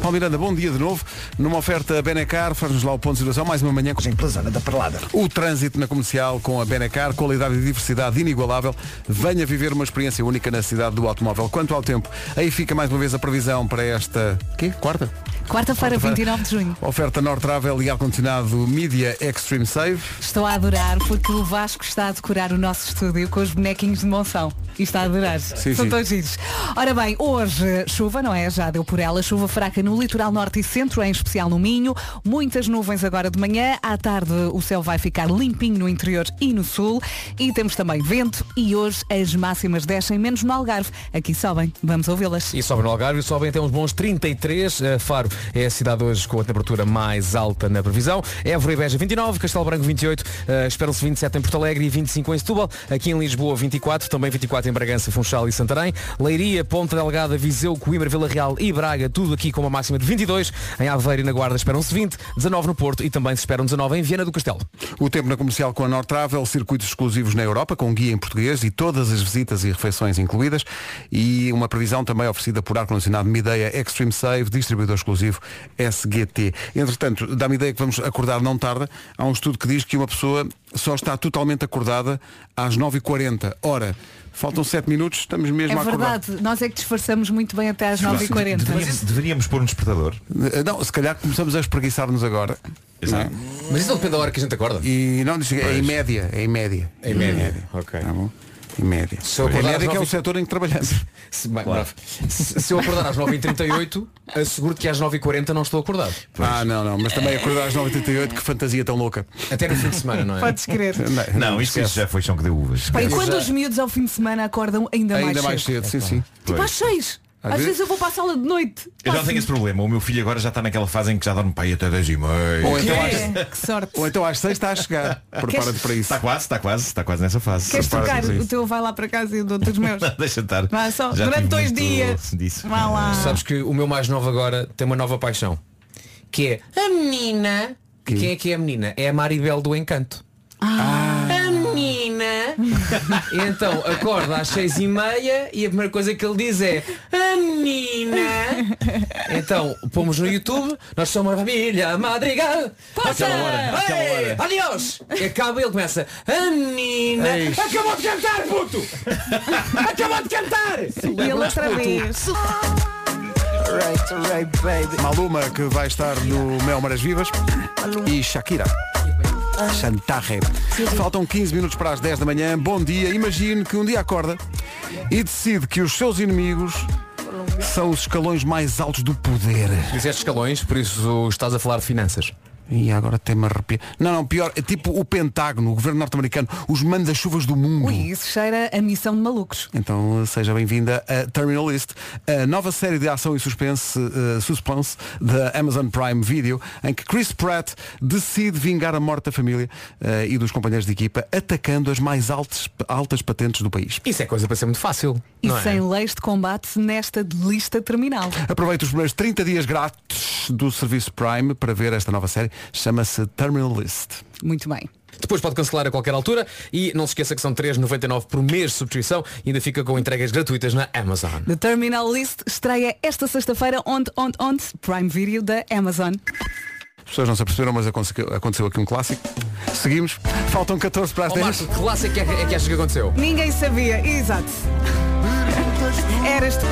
Speaker 2: Paulo Miranda, bom dia de novo. Numa oferta Benecar, faz-nos lá o ponto de situação. Mais uma manhã com
Speaker 3: Em pela zona da Perlada.
Speaker 2: o trânsito na comercial com a Benecar, qualidade e diversidade inigualável. Venha viver uma experiência única na cidade do automóvel. Quanto ao tempo, aí fica mais uma vez a previsão para esta. Quê? Quarta?
Speaker 4: Quarta-feira,
Speaker 2: Quarta-feira.
Speaker 4: 29 de junho.
Speaker 2: Oferta North Travel e ar-condicionado Media Extreme Save.
Speaker 4: Estou a adorar porque o Vasco está a decorar o nosso estúdio com os bonequinhos de Monção. E está a adorar. São
Speaker 2: sim.
Speaker 4: todos giros. Ora bem, hoje eh, chuva, não é? Já deu por ela. Chuva fraca no litoral norte e centro, em especial no Minho. Muitas nuvens agora de manhã. À tarde o céu vai ficar limpinho no interior e no sul. E temos também vento e hoje as máximas descem, menos no Algarve. Aqui sobem. Vamos ouvi-las.
Speaker 1: E sobe no Algarve, sobem até uns bons 33. Eh, Faro é a cidade hoje com a temperatura mais alta na previsão. Évora e Beja 29, Castelo Branco 28, eh, esperam-se 27 em Porto Alegre e 25 em Setúbal. Aqui em Lisboa 24, também 24 em Bragança, Funchal e Santarém. Leiria, Ponta Delgada, Viseu, Coimbra, Vila Real e Braga, tudo aqui com uma máxima de 22. Em Aveiro e na Guarda esperam-se 20, 19 no Porto e também se esperam 19 em Viana do Castelo.
Speaker 2: O tempo na comercial com a North Travel, circuitos exclusivos na Europa, com guia em português e todas as visitas e refeições incluídas. E uma previsão também oferecida por ar-condicionado Mideia Extreme Save, distribuidor exclusivo SGT. Entretanto, dá-me ideia que vamos acordar não tarde. Há um estudo que diz que uma pessoa só está totalmente acordada às 9h40. Ora, faltam 7 minutos, estamos
Speaker 4: É
Speaker 2: mesmo a acordar.
Speaker 4: verdade, nós é que disfarçamos muito bem até às 9h40.
Speaker 6: Deveríamos, deveríamos pôr um despertador.
Speaker 2: Eh, Não, se calhar começamos a espreguiçar-nos agora. é?
Speaker 6: Exato.
Speaker 1: Mas isso não depende da hora que a gente acorda.
Speaker 2: E não, é em média, é em média.
Speaker 1: Em média. Ok.
Speaker 2: Tá bom? Em média.
Speaker 1: Se eu
Speaker 2: Em
Speaker 1: acordar às
Speaker 2: média que é o
Speaker 1: 9h40.
Speaker 2: setor em que trabalhamos.
Speaker 1: Se, bem, bravo. Se- se eu acordar às 9h38, asseguro-te que às 9h40 não estou acordado.
Speaker 2: Ah, não, não, mas também acordar às 9h38, que fantasia tão louca.
Speaker 1: Até no fim de semana, não é?
Speaker 4: Podes crer.
Speaker 6: Não, isto, isto já foi chão que deu uvas.
Speaker 4: Bem, quando os miúdos ao fim de semana acordam ainda,
Speaker 2: Ainda É mais
Speaker 4: mais cedo.
Speaker 2: cedo, É sim, sim.
Speaker 4: Tipo às
Speaker 6: Pois.
Speaker 4: seis.
Speaker 2: Às
Speaker 4: Às,
Speaker 2: vezes-
Speaker 4: vezes... eu vou para a sala de noite.
Speaker 6: Eu já tenho esse problema. O meu filho agora já está naquela fase em que já dorme para aí até 10 e
Speaker 2: Ou
Speaker 6: meia.
Speaker 2: então, às,
Speaker 4: É, que sorte.
Speaker 2: ou então às 6 está a chegar. Prepara-te para isso.
Speaker 6: Está Tá quase, está quase, está quase nessa fase.
Speaker 4: Queres
Speaker 6: Prepara-te
Speaker 4: trocar
Speaker 6: para
Speaker 4: o
Speaker 6: isso.
Speaker 4: teu vai lá para casa e o dou dos meus?
Speaker 6: Deixa estar.
Speaker 4: Vá só,
Speaker 6: Já
Speaker 4: durante
Speaker 6: tive
Speaker 4: dois
Speaker 6: muito
Speaker 4: dias.
Speaker 6: disso.
Speaker 4: Vá lá.
Speaker 1: Sabes que o meu mais novo agora tem uma nova paixão. Que é a menina. Quem é que é a menina? É a Maribel do Encanto. A menina. E então acorda às seis e meia e a primeira coisa que ele diz é a menina. Então pomos no YouTube, nós somos uma família madrigal. Passa!
Speaker 6: aquela hora.
Speaker 1: Adiós! E acaba e ele começa a menina. Acabou de cantar, puto! Acabou de cantar!
Speaker 4: E
Speaker 2: É
Speaker 4: ele outra vez.
Speaker 2: Maluma, que vai estar no Mel Maras Vivas. E Shakira. Chantarre. Faltam 15 minutos para as 10 da manhã. Bom dia. Imagine que um dia acorda e decide que os seus inimigos são os escalões mais altos do poder.
Speaker 1: Dizeste escalões, por isso estás a falar de finanças.
Speaker 2: E agora tem-me arrepia. Não, não, pior, é tipo o Pentágono, o governo norte-americano, os manda-chuvas do mundo.
Speaker 4: Ui, isso cheira a missão de malucos.
Speaker 2: Então seja bem-vinda a Terminal List, a nova série de ação e suspense, eh, suspense da Amazon Prime Video, em que Chris Pratt decide vingar a morte da família eh, e dos companheiros de equipa, atacando as mais altas, altas patentes do país.
Speaker 1: Isso é coisa para ser muito fácil.
Speaker 4: E
Speaker 1: não é?
Speaker 4: sem leis de combate nesta lista terminal.
Speaker 2: Aproveite os primeiros 30 dias grátis do serviço Prime para ver esta nova série. Chama-se Terminal List.
Speaker 4: Muito bem.
Speaker 1: Depois pode cancelar a qualquer altura e não se esqueça que são 3,99 por mês de subscrição e ainda fica com entregas gratuitas na Amazon.
Speaker 4: The Terminal List estreia esta sexta-feira, onde, onde, onde? Prime Video da Amazon.
Speaker 2: As pessoas não se aperceberam, mas aconse- aconteceu aqui um clássico. Seguimos. Faltam 14 para as
Speaker 1: Oh,
Speaker 2: 10.
Speaker 1: Marco, que classe é que, é que achas que aconteceu?
Speaker 4: Ninguém sabia, exato. Eras tu.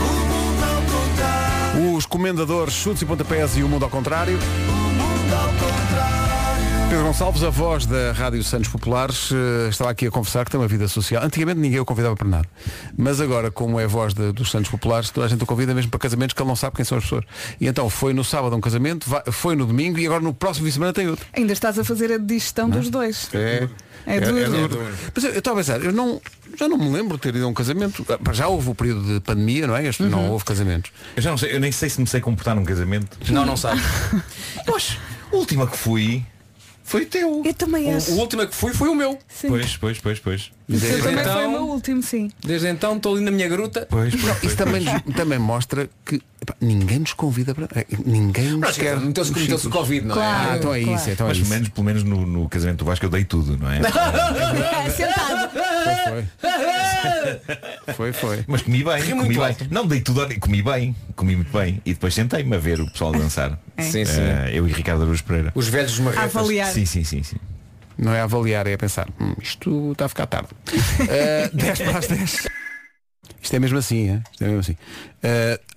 Speaker 2: Os comendadores, chutes e pontapés e o mundo ao contrário. Pedro Gonçalves, a voz da Rádio Santos Populares, eh, estava aqui a conversar que tem uma vida social. Antigamente ninguém o convidava para nada. Mas agora, como é a voz de- dos Santos Populares, toda a gente o convida mesmo para casamentos que ele não sabe quem são as pessoas. E então foi no sábado a um casamento, vai- foi no domingo e agora no próximo fim de semana tem outro.
Speaker 4: Ainda estás a fazer a digestão dos dois.
Speaker 2: É,
Speaker 4: É duro.
Speaker 2: Mas eu eu estava a pensar, eu não, já não me lembro de ter ido a um casamento. Ah, pá, Já houve o período de pandemia, não é? Este
Speaker 4: Uhum.
Speaker 2: Não houve casamentos.
Speaker 6: Eu já não sei, eu nem sei se me sei comportar num casamento.
Speaker 1: Não, não sabe.
Speaker 6: Pois, a última que fui foi teu.
Speaker 4: Eu também
Speaker 1: O,
Speaker 4: acho.
Speaker 1: o último que fui foi o meu.
Speaker 4: Sim.
Speaker 6: Pois, pois, pois, pois.
Speaker 4: Eu também
Speaker 1: Então-
Speaker 4: foi o meu último, sim.
Speaker 1: Desde então estou ali na minha gruta.
Speaker 6: Pois, pois,
Speaker 2: Não,
Speaker 6: pois,
Speaker 2: isso também, também mostra que epá, ninguém nos convida para. é, Ninguém nos
Speaker 1: Mas,
Speaker 2: quer.
Speaker 1: quer, meteu-se então meteu-se o Covid, não
Speaker 4: Claro.
Speaker 2: Ah, então é
Speaker 4: Claro.
Speaker 2: isso, então é
Speaker 6: Mas
Speaker 2: isso.
Speaker 6: pelo menos, pelo menos no, no casamento do Vasco eu dei tudo, não é?
Speaker 4: É Sentado.
Speaker 2: Foi, foi.
Speaker 6: Mas comi bem,
Speaker 1: Ri
Speaker 6: comi
Speaker 1: muito
Speaker 6: bem.
Speaker 1: alto.
Speaker 6: Não dei tudo, olha, comi bem, comi muito bem. E depois sentei-me a ver o pessoal dançar.
Speaker 1: é? Sim, sim.
Speaker 6: Eh, eu e Ricardo Aruz Pereira.
Speaker 1: Os velhos
Speaker 4: A
Speaker 1: marretas.
Speaker 4: avaliar.
Speaker 6: Sim, sim, sim, sim.
Speaker 2: Não é a avaliar, é a pensar. "Hum, isto está a ficar tarde. Ah, 10 para as 10. Isto é mesmo assim, é? Isto é mesmo assim.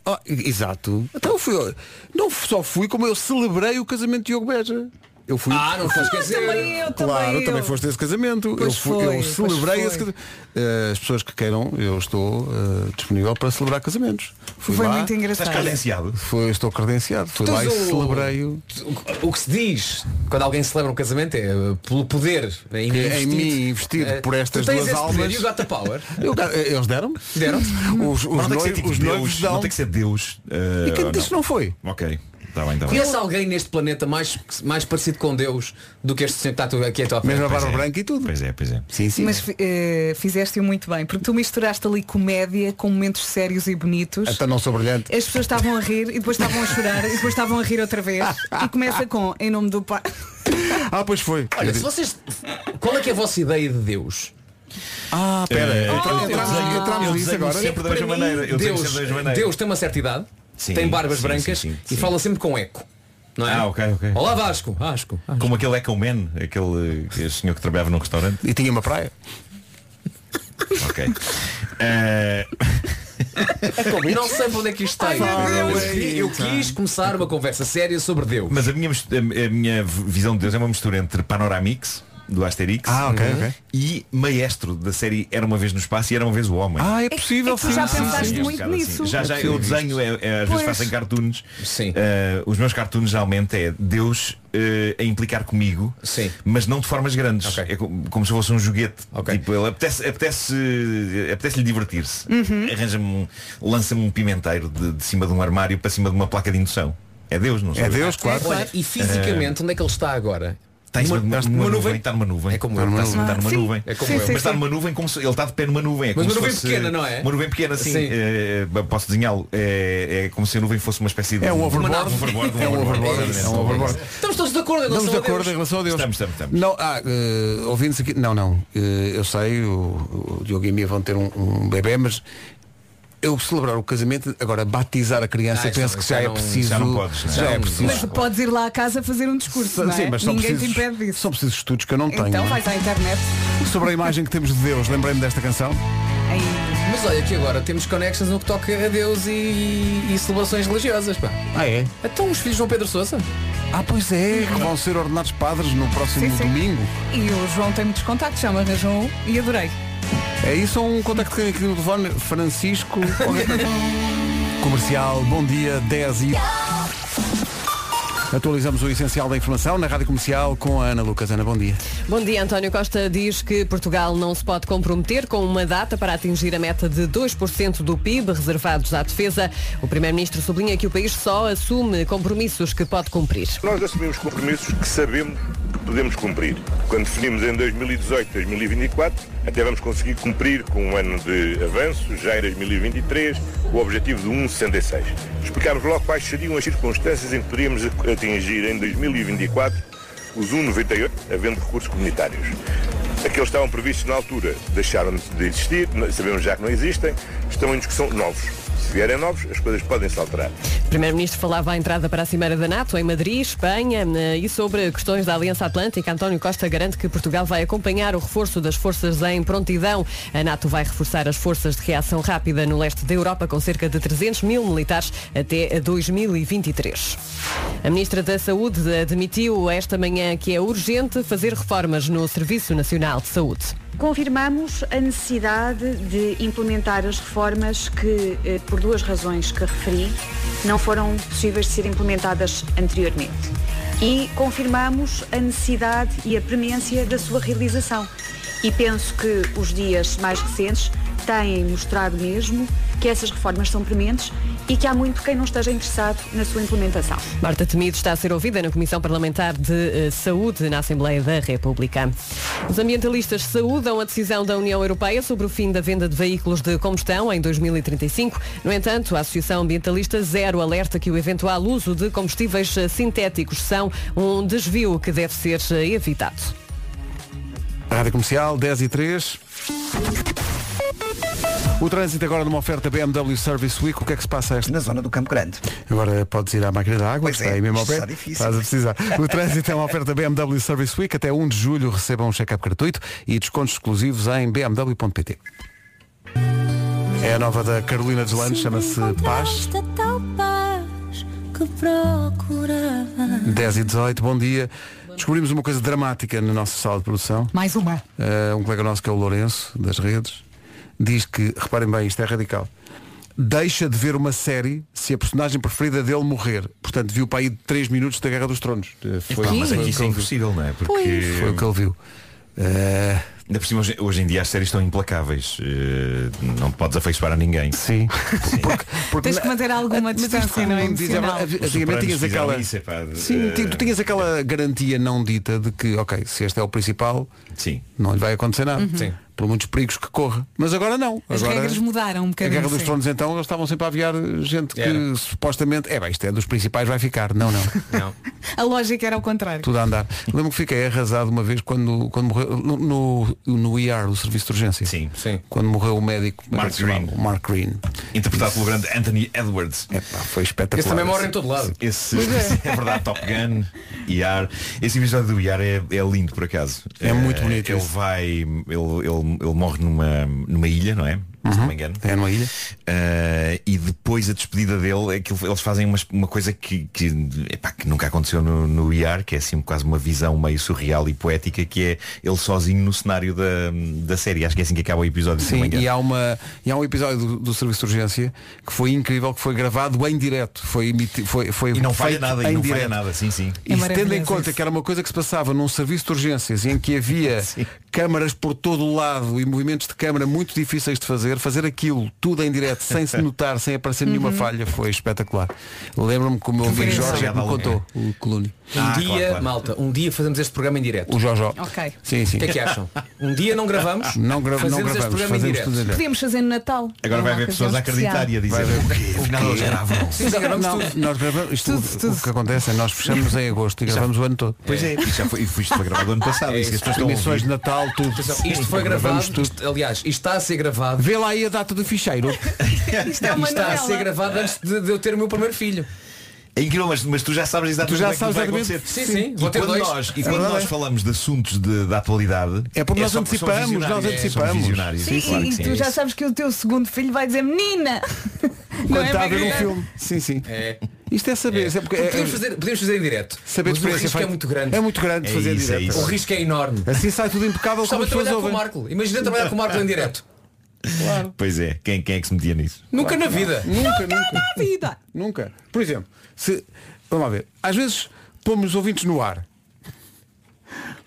Speaker 2: Ah, oh, e- exato. Então eu fui. ao- Não f- só fui como eu celebrei o casamento de Diogo Beja. Eu fui.
Speaker 1: Ah, não posso
Speaker 4: Ah,
Speaker 1: esquecer.
Speaker 4: também eu,
Speaker 2: Claro,
Speaker 4: também eu.
Speaker 2: também foste esse casamento.
Speaker 4: Pois
Speaker 2: eu, fui- eu
Speaker 4: foi, pois
Speaker 2: celebrei
Speaker 4: foi.
Speaker 2: esse casamento. Eh, as pessoas que queiram, eu estou eh, disponível para celebrar casamentos. Fui
Speaker 4: Foi
Speaker 2: lá,
Speaker 4: muito
Speaker 6: Estás
Speaker 4: engraçado.
Speaker 6: cadenciado?
Speaker 2: Foi, estou credenciado. Fui
Speaker 1: Tu
Speaker 2: lá e
Speaker 1: és o-
Speaker 2: celebrei o.
Speaker 1: O- O que se diz quando alguém celebra um casamento é uh, pelo poder É em, mim
Speaker 2: em
Speaker 1: investido.
Speaker 2: mim investido
Speaker 1: Eh,
Speaker 2: por estas
Speaker 1: tu tens
Speaker 2: duas
Speaker 1: esse poder
Speaker 2: almas.
Speaker 1: E o Gata Power.
Speaker 2: Eu- eh, eles deram?
Speaker 1: Deram?
Speaker 2: Os, os
Speaker 6: Mas não tem que ser
Speaker 2: noivos,
Speaker 6: tipo
Speaker 2: os noivos
Speaker 6: Deus.
Speaker 2: dão.
Speaker 6: Não tem que ser Deus. eh,
Speaker 2: E quem
Speaker 6: ou
Speaker 2: te disse que não foi?
Speaker 6: Ok, está bem, está bem.
Speaker 1: Conhece alguém neste planeta mais, mais parecido com Deus do que este senhor que está tu- aqui à tua
Speaker 2: Mesmo a
Speaker 1: frente?
Speaker 2: barba
Speaker 6: Pois é.
Speaker 2: branca e tudo.
Speaker 6: Pois é, pois é.
Speaker 2: Sim, sim.
Speaker 4: Mas eh, fizeste-o muito bem, porque tu misturaste ali comédia com momentos sérios e bonitos.
Speaker 2: Até não sou brilhante.
Speaker 4: As pessoas estavam a rir e depois estavam a chorar e depois estavam a rir outra vez. E começa com em nome do pai.
Speaker 2: Ah, pois foi.
Speaker 1: Olha, se vocês. Qual é que é a vossa ideia de Deus?
Speaker 2: Ah, pera.
Speaker 6: Eh,
Speaker 2: entra-
Speaker 6: eu
Speaker 2: entramos
Speaker 6: desenho-
Speaker 2: entramos
Speaker 6: eu
Speaker 2: nisso
Speaker 6: desenho
Speaker 2: agora.
Speaker 6: Sempre da mesma maneira. Eu desenho sempre da mesma maneira.
Speaker 1: Deus tem uma certa idade,
Speaker 6: Sim,
Speaker 1: tem barbas
Speaker 6: sim,
Speaker 1: brancas
Speaker 6: sim, sim,
Speaker 1: e
Speaker 6: sim.
Speaker 1: fala sempre com eco. Não é?
Speaker 6: Ah, ok, ok.
Speaker 1: Olá Vasco, Vasco.
Speaker 6: Como aquele Ecoman, aquele, aquele senhor que trabalhava num restaurante.
Speaker 2: E tinha uma praia.
Speaker 6: Ok. Eh,
Speaker 1: Não sei para onde é que isto está. Eu, eu quis começar uma conversa séria sobre Deus.
Speaker 6: mas a minha, mis- a, a minha visão de Deus é uma mistura entre Panoramix, do Asterix,
Speaker 2: Ah, ok, ok.
Speaker 6: e Maestro, da série Era Uma Vez no Espaço e Era Uma Vez o Homem.
Speaker 2: Ah, é
Speaker 4: que-
Speaker 2: possível,
Speaker 4: é que
Speaker 2: sim.
Speaker 4: já
Speaker 2: sim,
Speaker 4: pensaste
Speaker 2: sim.
Speaker 6: Sim, é um
Speaker 4: muito
Speaker 6: bocado
Speaker 4: nisso.
Speaker 6: Já, já, eu desenho, é, é, às
Speaker 4: Pois.
Speaker 6: vezes faço em cartoons.
Speaker 1: Sim.
Speaker 6: Eh, os meus cartoons geralmente é Deus eh, a implicar comigo,
Speaker 1: Sim.
Speaker 6: mas não de formas grandes.
Speaker 1: Ok.
Speaker 6: É co- como se fosse um joguete.
Speaker 1: Ok.
Speaker 6: Tipo, ele apetece, apetece, eh, apetece-lhe divertir-se. Arranja-me, um- lança-me um pimenteiro de, de cima de um armário para cima de uma placa de indução. É Deus, não sei.
Speaker 2: É Deus, claro.
Speaker 1: Olha, e fisicamente, onde é que ele está agora?
Speaker 6: Está em cima de uma,
Speaker 1: Numa-
Speaker 6: numa
Speaker 1: numa
Speaker 6: nuvem. Está numa nuvem.
Speaker 1: É como
Speaker 6: está
Speaker 1: eu.
Speaker 6: numa, está numa
Speaker 4: Sim.
Speaker 6: nuvem.
Speaker 1: É como
Speaker 4: Sim,
Speaker 1: eu.
Speaker 4: sim,
Speaker 6: Mas
Speaker 4: sim.
Speaker 6: está numa nuvem como se ele está de pé numa nuvem. É como
Speaker 1: uma
Speaker 6: se
Speaker 1: nuvem
Speaker 6: fosse-
Speaker 1: pequena, não é?
Speaker 6: Uma nuvem pequena, sim.
Speaker 1: Sim.
Speaker 6: Eh, posso desenhá-lo. É, é como se a nuvem fosse uma espécie de.
Speaker 2: É um
Speaker 6: uma
Speaker 2: overboard.
Speaker 6: nave. Um overboard, um
Speaker 2: É um
Speaker 6: overboard.
Speaker 2: overboard.
Speaker 6: Isso.
Speaker 2: É um overboard.
Speaker 1: Estamos todos de acordo, em
Speaker 2: Estamos de
Speaker 1: relação a
Speaker 2: acordo em
Speaker 1: Deus.
Speaker 2: relação a Deus.
Speaker 6: Estamos, estamos, estamos.
Speaker 2: Não, ah, eh, ouvintes aqui. Não, não. eh, eu sei, o, o Diogo e a Mia vão ter um, um bebê, mas eu celebrar o casamento, agora batizar a criança,
Speaker 1: Ah,
Speaker 2: eu penso
Speaker 1: isso
Speaker 2: que
Speaker 1: já
Speaker 2: já, é
Speaker 1: não-
Speaker 2: preciso.
Speaker 6: já não podes, não é?
Speaker 2: já é
Speaker 1: Não,
Speaker 2: preciso.
Speaker 4: Mas podes ir lá à casa fazer um discurso, não é?
Speaker 2: Sim, mas são
Speaker 4: Ninguém
Speaker 2: precisos,
Speaker 4: te impede disso.
Speaker 2: são precisos estudos que eu não tenho.
Speaker 4: Então
Speaker 2: não é?
Speaker 4: vais à internet.
Speaker 2: Sobre a imagem que temos de Deus, lembrei-me desta canção.
Speaker 4: Aí.
Speaker 1: Mas olha que agora temos connections no que toca a Deus e, e celebrações religiosas. Pá.
Speaker 2: Ah é?
Speaker 1: Então os filhos de João Pedro Sousa?
Speaker 2: Ah pois é, que vão ser ordenados padres no próximo
Speaker 4: Sim, sim.
Speaker 2: domingo.
Speaker 4: E o João tem muitos contactos, chama-me João um e adorei.
Speaker 2: É isso ou um contacto que tem aqui no telefone? Francisco. Comercial, bom dia, 10 e. Atualizamos o essencial da informação na Rádio Comercial com a Ana Lucas. Ana, bom dia.
Speaker 9: Bom dia, António Costa diz que Portugal não se pode comprometer com uma data para atingir a meta de 2% do PIB reservados à defesa. O Primeiro-Ministro sublinha que o país só assume compromissos que pode cumprir.
Speaker 11: Nós assumimos compromissos que sabemos que podemos cumprir. Quando definimos em 2018, 2024, até vamos conseguir cumprir com um ano de avanço, já em 2023, o objetivo de 1,66. Explicámos logo quais seriam as circunstâncias em que poderíamos atingir em 2024 os 1,98, havendo recursos comunitários. Aqueles que estavam previstos na altura deixaram de existir, sabemos já que não existem, estão em discussão novos. Se vierem novos, as coisas podem se alterar.
Speaker 9: O Primeiro-Ministro falava à entrada para a Cimeira da NATO em Madrid, Espanha, né, e sobre questões da Aliança Atlântica, António Costa garante que Portugal vai acompanhar o reforço das forças em prontidão. A NATO vai reforçar as forças de reação rápida no leste da Europa com cerca de 300 mil militares até 2023. A Ministra da Saúde admitiu esta manhã que é urgente fazer reformas no Serviço Nacional de Saúde.
Speaker 12: Confirmamos a necessidade de implementar as reformas que, eh, por duas razões que referi, não foram possíveis de ser implementadas anteriormente. E confirmamos a necessidade e a premência da sua realização. E penso que os dias mais recentes têm mostrado mesmo que essas reformas são prementes e que há muito quem não esteja interessado na sua implementação.
Speaker 9: Marta Temido está a ser ouvida na Comissão Parlamentar de eh, Saúde na Assembleia da República. Os ambientalistas saúdam a decisão da União Europeia sobre o fim da venda de veículos de combustão em 2035. No entanto, a Associação Ambientalista Zero alerta que o eventual uso de combustíveis eh, sintéticos são um desvio que deve ser eh, evitado.
Speaker 2: Rádio Comercial, 10 e 3. O trânsito agora numa oferta BMW Service Week. O que é que se passa esta?
Speaker 3: Na zona do Campo Grande.
Speaker 2: Agora podes ir à máquina da água,
Speaker 3: Pois
Speaker 2: está
Speaker 3: é,
Speaker 2: aí mesmo ao
Speaker 3: isto
Speaker 2: pé.
Speaker 3: está difícil.
Speaker 2: Estás a precisar. O trânsito é uma oferta BMW Service Week. Até 1 de julho recebam um check-up gratuito e descontos exclusivos em bmw.pt. É a nova da Carolina dos Landes, chama-se Paz.
Speaker 13: Esta tal paz que procurava.
Speaker 2: 10 e 18, bom dia. Descobrimos uma coisa dramática na nossa sala de produção.
Speaker 4: Mais uma.
Speaker 2: Uh, um colega nosso que é o Lourenço, das redes, diz que, reparem bem, isto é radical, deixa de ver uma série se a personagem preferida dele morrer. Portanto, viu para aí 3 minutos da Guerra dos Tronos. Uh,
Speaker 6: Epá, mas
Speaker 2: foi
Speaker 6: aqui
Speaker 2: o
Speaker 6: isso
Speaker 2: que
Speaker 6: é
Speaker 2: ele viu.
Speaker 6: impossível, não é? Porque
Speaker 2: Pois. Foi o que ele viu. Eh,
Speaker 6: Ainda por cima, hoje, hoje em dia as séries estão implacáveis. Eh, não podes afeiçoar a ninguém.
Speaker 2: Sim.
Speaker 4: Tens que manter alguma distância, não é?
Speaker 2: Diz,
Speaker 4: emocional.
Speaker 2: ah,
Speaker 6: Os
Speaker 2: Antigamente
Speaker 6: Sopranos
Speaker 2: tinhas
Speaker 6: fizeram
Speaker 2: aquela.
Speaker 6: isso, Eh, epá, de-
Speaker 2: Sim, ti- tu tinhas aquela garantia não dita de que, ok, se este é o principal, não lhe vai acontecer nada.
Speaker 4: Uhum. Sim.
Speaker 2: Por muitos perigos que corra. Mas agora não.
Speaker 4: As
Speaker 2: agora...
Speaker 4: regras mudaram um
Speaker 2: A
Speaker 4: bocadinho.
Speaker 2: Guerra dos
Speaker 4: sim.
Speaker 2: Tronos então, eles estavam sempre a aviar gente que supostamente, é bem, isto é dos principais, vai ficar. Não, não.
Speaker 4: A lógica era ao contrário.
Speaker 2: Tudo a andar. Lembro que fiquei arrasado uma vez quando, quando morreu no, no, no ER, o serviço de urgência. Sim. Sim. Quando morreu o médico como é que
Speaker 6: Mark
Speaker 2: se chamava?
Speaker 6: Green.
Speaker 2: O Mark Green.
Speaker 6: Interpretado pelo grande Anthony Edwards.
Speaker 2: foi espetacular.
Speaker 6: Esse também morre em todo lado. Esse, é verdade, Top Gun, IAR. Esse episódio do IAR é, é lindo por acaso.
Speaker 2: É muito bonito
Speaker 6: Ele
Speaker 2: esse.
Speaker 6: vai. Ele, ele, ele morre numa, numa ilha, não é? Se não me engano. Eh,
Speaker 2: É numa ilha.
Speaker 6: e depois a despedida dele, é que eles fazem uma, uma coisa que, que, epá, que nunca aconteceu no, no IAR, que é assim quase uma visão meio surreal e poética, que é ele sozinho no cenário da, da série. Acho que é assim que acaba o episódio. se não me
Speaker 2: Sim,
Speaker 6: engano.
Speaker 2: e há, uma, e há um episódio do, do Serviço de Urgência que foi incrível, que foi gravado em direto. Foi, emiti- foi, foi
Speaker 6: E não falha
Speaker 2: feito
Speaker 6: nada,
Speaker 2: em
Speaker 6: e não falha
Speaker 2: direto.
Speaker 6: nada, sim,
Speaker 1: É
Speaker 6: sim.
Speaker 2: E se tendo em conta que era uma coisa que se passava num serviço de urgências em que havia câmaras por todo o lado e movimentos de câmara muito difíceis de fazer, fazer aquilo tudo em direto, sem se notar, sem aparecer nenhuma
Speaker 1: Uhum.
Speaker 2: falha, foi espetacular. Lembro-me que o meu
Speaker 1: Que
Speaker 2: amigo
Speaker 1: foi
Speaker 2: Jorge é que me
Speaker 1: ensaiado
Speaker 2: contou,
Speaker 1: ali,
Speaker 2: o Colúnio.
Speaker 1: Um dia, malta, um dia fazemos este programa em direto.
Speaker 2: O Jojó.
Speaker 4: Ok.
Speaker 2: Sim, sim.
Speaker 1: O que é que acham? Um dia não gravamos,
Speaker 2: Não, gra
Speaker 1: fazemos
Speaker 2: não
Speaker 1: este
Speaker 2: gravamos,
Speaker 1: programa em
Speaker 2: fazemos
Speaker 1: direto.
Speaker 2: tudo em direto.
Speaker 4: Podíamos fazer no Natal.
Speaker 2: Agora
Speaker 4: É
Speaker 2: vai
Speaker 4: uma
Speaker 2: haver
Speaker 4: ocasião
Speaker 2: pessoas a
Speaker 4: especial.
Speaker 2: acreditar e a dizer, Vai haver- "O quê?
Speaker 6: Afinal, eles gravavam."
Speaker 1: Sim, já gravamos
Speaker 2: Não,
Speaker 1: tudo.
Speaker 2: Nós gravamos, isto, o- o que acontece é nós fechamos em agosto e gravamos o ano todo.
Speaker 6: Pois é, e já foi, e foi, isto foi gravado ano passado.
Speaker 2: É
Speaker 6: isso que as
Speaker 2: isso.
Speaker 6: pessoas estão a
Speaker 2: Emissões
Speaker 6: ouvir.
Speaker 2: de Natal, tudo.
Speaker 1: Atenção, isto foi gravado,
Speaker 2: Gravamos tudo.
Speaker 1: isto- aliás, isto está a ser gravado.
Speaker 2: Vê lá aí a data do ficheiro.
Speaker 1: isto
Speaker 4: é
Speaker 1: está a ser gravado antes de, de eu ter o meu primeiro filho.
Speaker 6: É incrível, mas, mas tu já sabes exatamente
Speaker 1: Tu já
Speaker 6: o que é
Speaker 1: sabes
Speaker 6: que vai
Speaker 1: exatamente.
Speaker 6: acontecer.
Speaker 1: Sim, sim,
Speaker 6: E
Speaker 1: vou ter
Speaker 6: quando
Speaker 1: dois.
Speaker 6: Nós, e
Speaker 1: É
Speaker 6: quando
Speaker 1: verdade.
Speaker 6: nós falamos de assuntos de- da atualidade.
Speaker 2: É porque nós
Speaker 6: só- somos
Speaker 2: antecipamos, nós
Speaker 6: visionários. É, somos
Speaker 2: antecipamos.
Speaker 6: visionários,
Speaker 4: Sim,
Speaker 6: claro que
Speaker 4: e
Speaker 6: sim,
Speaker 4: tu
Speaker 6: é
Speaker 4: já
Speaker 6: isso.
Speaker 4: sabes que o teu segundo filho vai dizer menina. Não
Speaker 2: Quando
Speaker 4: é,
Speaker 2: está a ver um
Speaker 4: Margarida?
Speaker 2: filme. Sim, sim. Isto é saber. isso É porque, é-
Speaker 1: podemos, fazer, podemos fazer em direto.
Speaker 2: Saber de
Speaker 1: mas o
Speaker 2: experiência
Speaker 1: risco é
Speaker 2: feita.
Speaker 1: muito grande.
Speaker 2: É muito grande fazer em direto.
Speaker 1: O risco é enorme.
Speaker 2: Assim sai tudo impecável
Speaker 1: Gostava
Speaker 2: como as
Speaker 1: de
Speaker 2: pessoas
Speaker 1: trabalhar com
Speaker 2: ouvem.
Speaker 1: o Marco. Imagina trabalhar com o Marco em direto.
Speaker 6: Pois é, quem, quem é que se metia nisso?
Speaker 1: Nunca na vida.
Speaker 2: Nunca, nunca. na vida. Nunca. Por exemplo, se Vamos lá ver. Às vezes pomos os ouvintes no ar.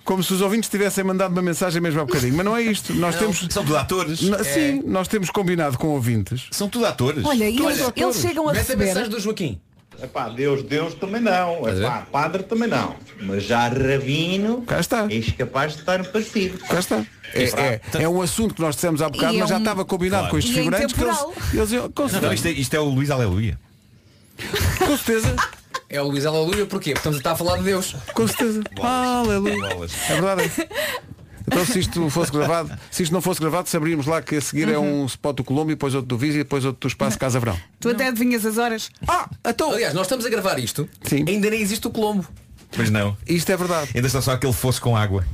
Speaker 2: Como se os ouvintes tivessem mandado uma mensagem mesmo há bocadinho. Mas não é isto. Nós
Speaker 6: Não,
Speaker 2: temos.
Speaker 6: são tudo atores.
Speaker 2: N-
Speaker 6: É.
Speaker 2: Sim, nós temos combinado com ouvintes.
Speaker 6: São tudo atores.
Speaker 4: Olha, e eles, eles chegam a receber.
Speaker 1: do Joaquim.
Speaker 14: Epá, Deus, Deus também não. Epá, padre também não. Mas já rabino
Speaker 2: Cá está.
Speaker 14: és capaz de estar no partido.
Speaker 2: Cá está. É, é- é um assunto que nós dissemos há bocado,
Speaker 14: E é
Speaker 2: mas já
Speaker 14: um-
Speaker 2: estava combinado
Speaker 14: Claro.
Speaker 2: com estes
Speaker 14: E é
Speaker 2: figurantes. que eles-
Speaker 14: intemporal.
Speaker 2: eles, iam- com
Speaker 6: Não, não, isto, é,
Speaker 2: certeza.
Speaker 6: isto é o Luís Aleluia.
Speaker 2: Com certeza.
Speaker 15: É o Luís Aleluia, porquê? Porque estamos a estar a falar de Deus.
Speaker 2: Com certeza. Aleluia.
Speaker 6: Bolas.
Speaker 2: É verdade. é? Então se isto fosse gravado, se isto não fosse gravado, saberíamos lá que a seguir é
Speaker 14: Uhum.
Speaker 2: um spot do Colombo, e depois outro do Visa e depois outro do Espaço Casa Verão.
Speaker 4: Tu até adivinhas as horas.
Speaker 2: Ah, então.
Speaker 15: Aliás, nós estamos a gravar isto. Ainda nem existe o Colombo.
Speaker 6: Mas não.
Speaker 2: Isto é verdade.
Speaker 6: Ainda está só aquele fosse com água.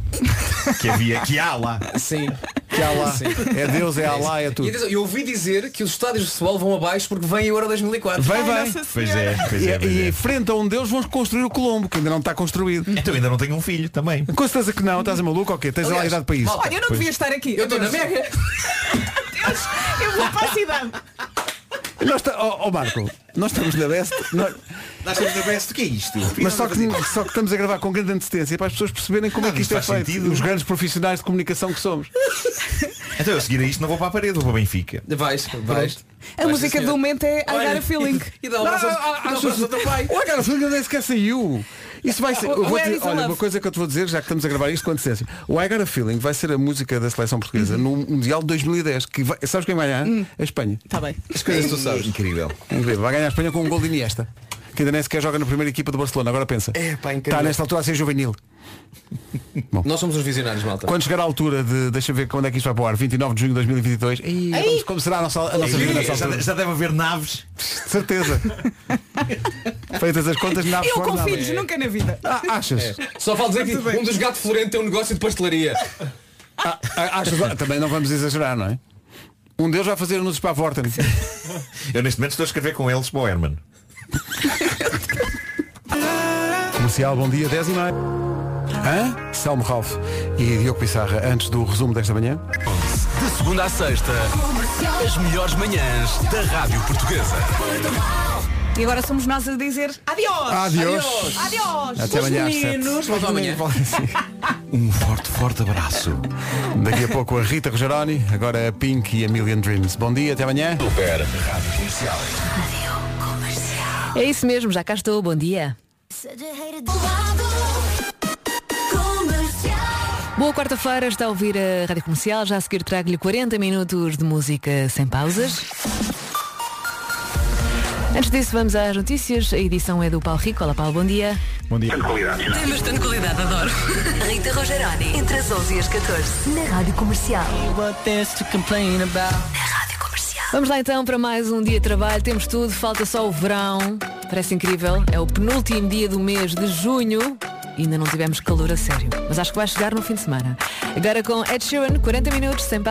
Speaker 6: Que havia, que há lá.
Speaker 15: Sim.
Speaker 2: Que há lá.
Speaker 15: Sim.
Speaker 2: É Deus, é Alá, é
Speaker 15: E
Speaker 2: tudo.
Speaker 15: atenção, eu ouvi dizer que os estádios de futebol vão abaixo porque vem a Euro 2004.
Speaker 2: Vem, vem.
Speaker 6: é,
Speaker 2: E- E em frente a um deles vão construir o Colombo, que ainda não está construído.
Speaker 6: Então ainda não tenho um filho também.
Speaker 2: Com certeza que não, estás a maluco? Ok, tens
Speaker 15: Aliás,
Speaker 2: a idade para isso.
Speaker 15: malta, Olha, eu não
Speaker 2: Pois. Então
Speaker 15: devia estar aqui. Eu estou na mega.
Speaker 4: Eu vou para a cidade.
Speaker 2: Nós ta- oh, oh, Marco, nós estamos na best. nós-
Speaker 6: Nós estamos a ver o que é isto?
Speaker 2: Mas só que, só que estamos a gravar com grande antecedência para as pessoas perceberem como é que
Speaker 6: Não,
Speaker 2: isto é
Speaker 6: isto faz
Speaker 2: feito.
Speaker 6: sentido.
Speaker 2: Os grandes profissionais de comunicação que somos.
Speaker 6: Então eu a seguir a isto não vou para a parede, vou para Benfica.
Speaker 15: Vais, vais.
Speaker 4: A música do momento é I Got a Feeling.
Speaker 15: E dá um abraço ao- dá um abraço ao teu pai.
Speaker 2: Olha, cara, ainda nem sequer saiu. Isso vai ser. eu vou
Speaker 15: Ah, Where
Speaker 2: te-
Speaker 15: is the
Speaker 2: olha,
Speaker 15: love?
Speaker 2: uma coisa que eu te vou dizer, já que estamos a gravar isto com antecedência. O I Got a Feeling vai ser a música da seleção portuguesa
Speaker 15: Uhum.
Speaker 2: no Mundial de 2010. Que vai, sabes quem vai ganhar?
Speaker 15: Hum.
Speaker 2: A Espanha.
Speaker 9: Tá
Speaker 4: Está bem.
Speaker 2: As coisas
Speaker 3: É
Speaker 2: tu sabes.
Speaker 6: Incrível.
Speaker 2: Incrível. Vai ganhar a Espanha com um gol de Iniesta. Que ainda nem sequer joga na primeira equipa do Barcelona. Agora pensa.
Speaker 15: É, pá, incrível.
Speaker 2: Está nesta altura a ser juvenil.
Speaker 15: Nós somos os visionários, malta.
Speaker 2: Quando chegar à altura de, deixa eu ver quando é que isto vai para o ar, 29 de junho de 2022, Ih, como- como será a nossa, a nossa vida nessa
Speaker 6: já,
Speaker 2: altura?
Speaker 6: já deve haver naves.
Speaker 2: De certeza. Feitas as contas, naves
Speaker 4: Eu
Speaker 2: fora,
Speaker 4: com
Speaker 2: naves.
Speaker 4: filhos nunca na vida.
Speaker 2: Ah, achas?
Speaker 15: É. Só falo dizer que um dos gato florento tem um negócio de pastelaria.
Speaker 2: Ah, ah, achas- Também não vamos exagerar, não é? Um deles vai fazer anúncios para a Vorten.
Speaker 6: Eu neste momento estou a escrever com eles para o Herman.
Speaker 2: Comercial, bom dia, 10 e meia. Hã? Selmo Ralph e Diogo Pissarra, antes do resumo desta manhã.
Speaker 16: De segunda à sexta, as melhores manhãs da Rádio Portuguesa.
Speaker 4: E agora somos nós a dizer adiós.
Speaker 2: Adiós.
Speaker 4: Adiós.
Speaker 2: Até
Speaker 4: Os
Speaker 2: amanhã às sete.
Speaker 4: meninos.
Speaker 2: Voltam amanhã. Um forte, forte abraço. Daqui a pouco a Rita Rogeroni, agora a Pink e a Million Dreams. Bom dia, até amanhã. Super Rádio Comercial.
Speaker 10: É isso mesmo, já cá estou, bom dia. Boa quarta-feira, está a ouvir a Rádio Comercial, já a seguir trago-lhe 40 minutos de música sem pausas. Antes disso, vamos às notícias. A edição é do Paulo Rico. Olá, Paulo, bom dia.
Speaker 16: Bom dia. qualidade.
Speaker 10: Tem bastante qualidade, adoro. Rita Rogeroni, entre as 11 e as 14, na Rádio Comercial. Vamos lá então para mais um dia de trabalho. Temos tudo, falta só o verão. Parece incrível. É o penúltimo dia do mês de junho. Ainda não tivemos calor a sério, mas acho que vai chegar no fim de semana. Agora com Ed Sheeran, 40 minutos sem pausa.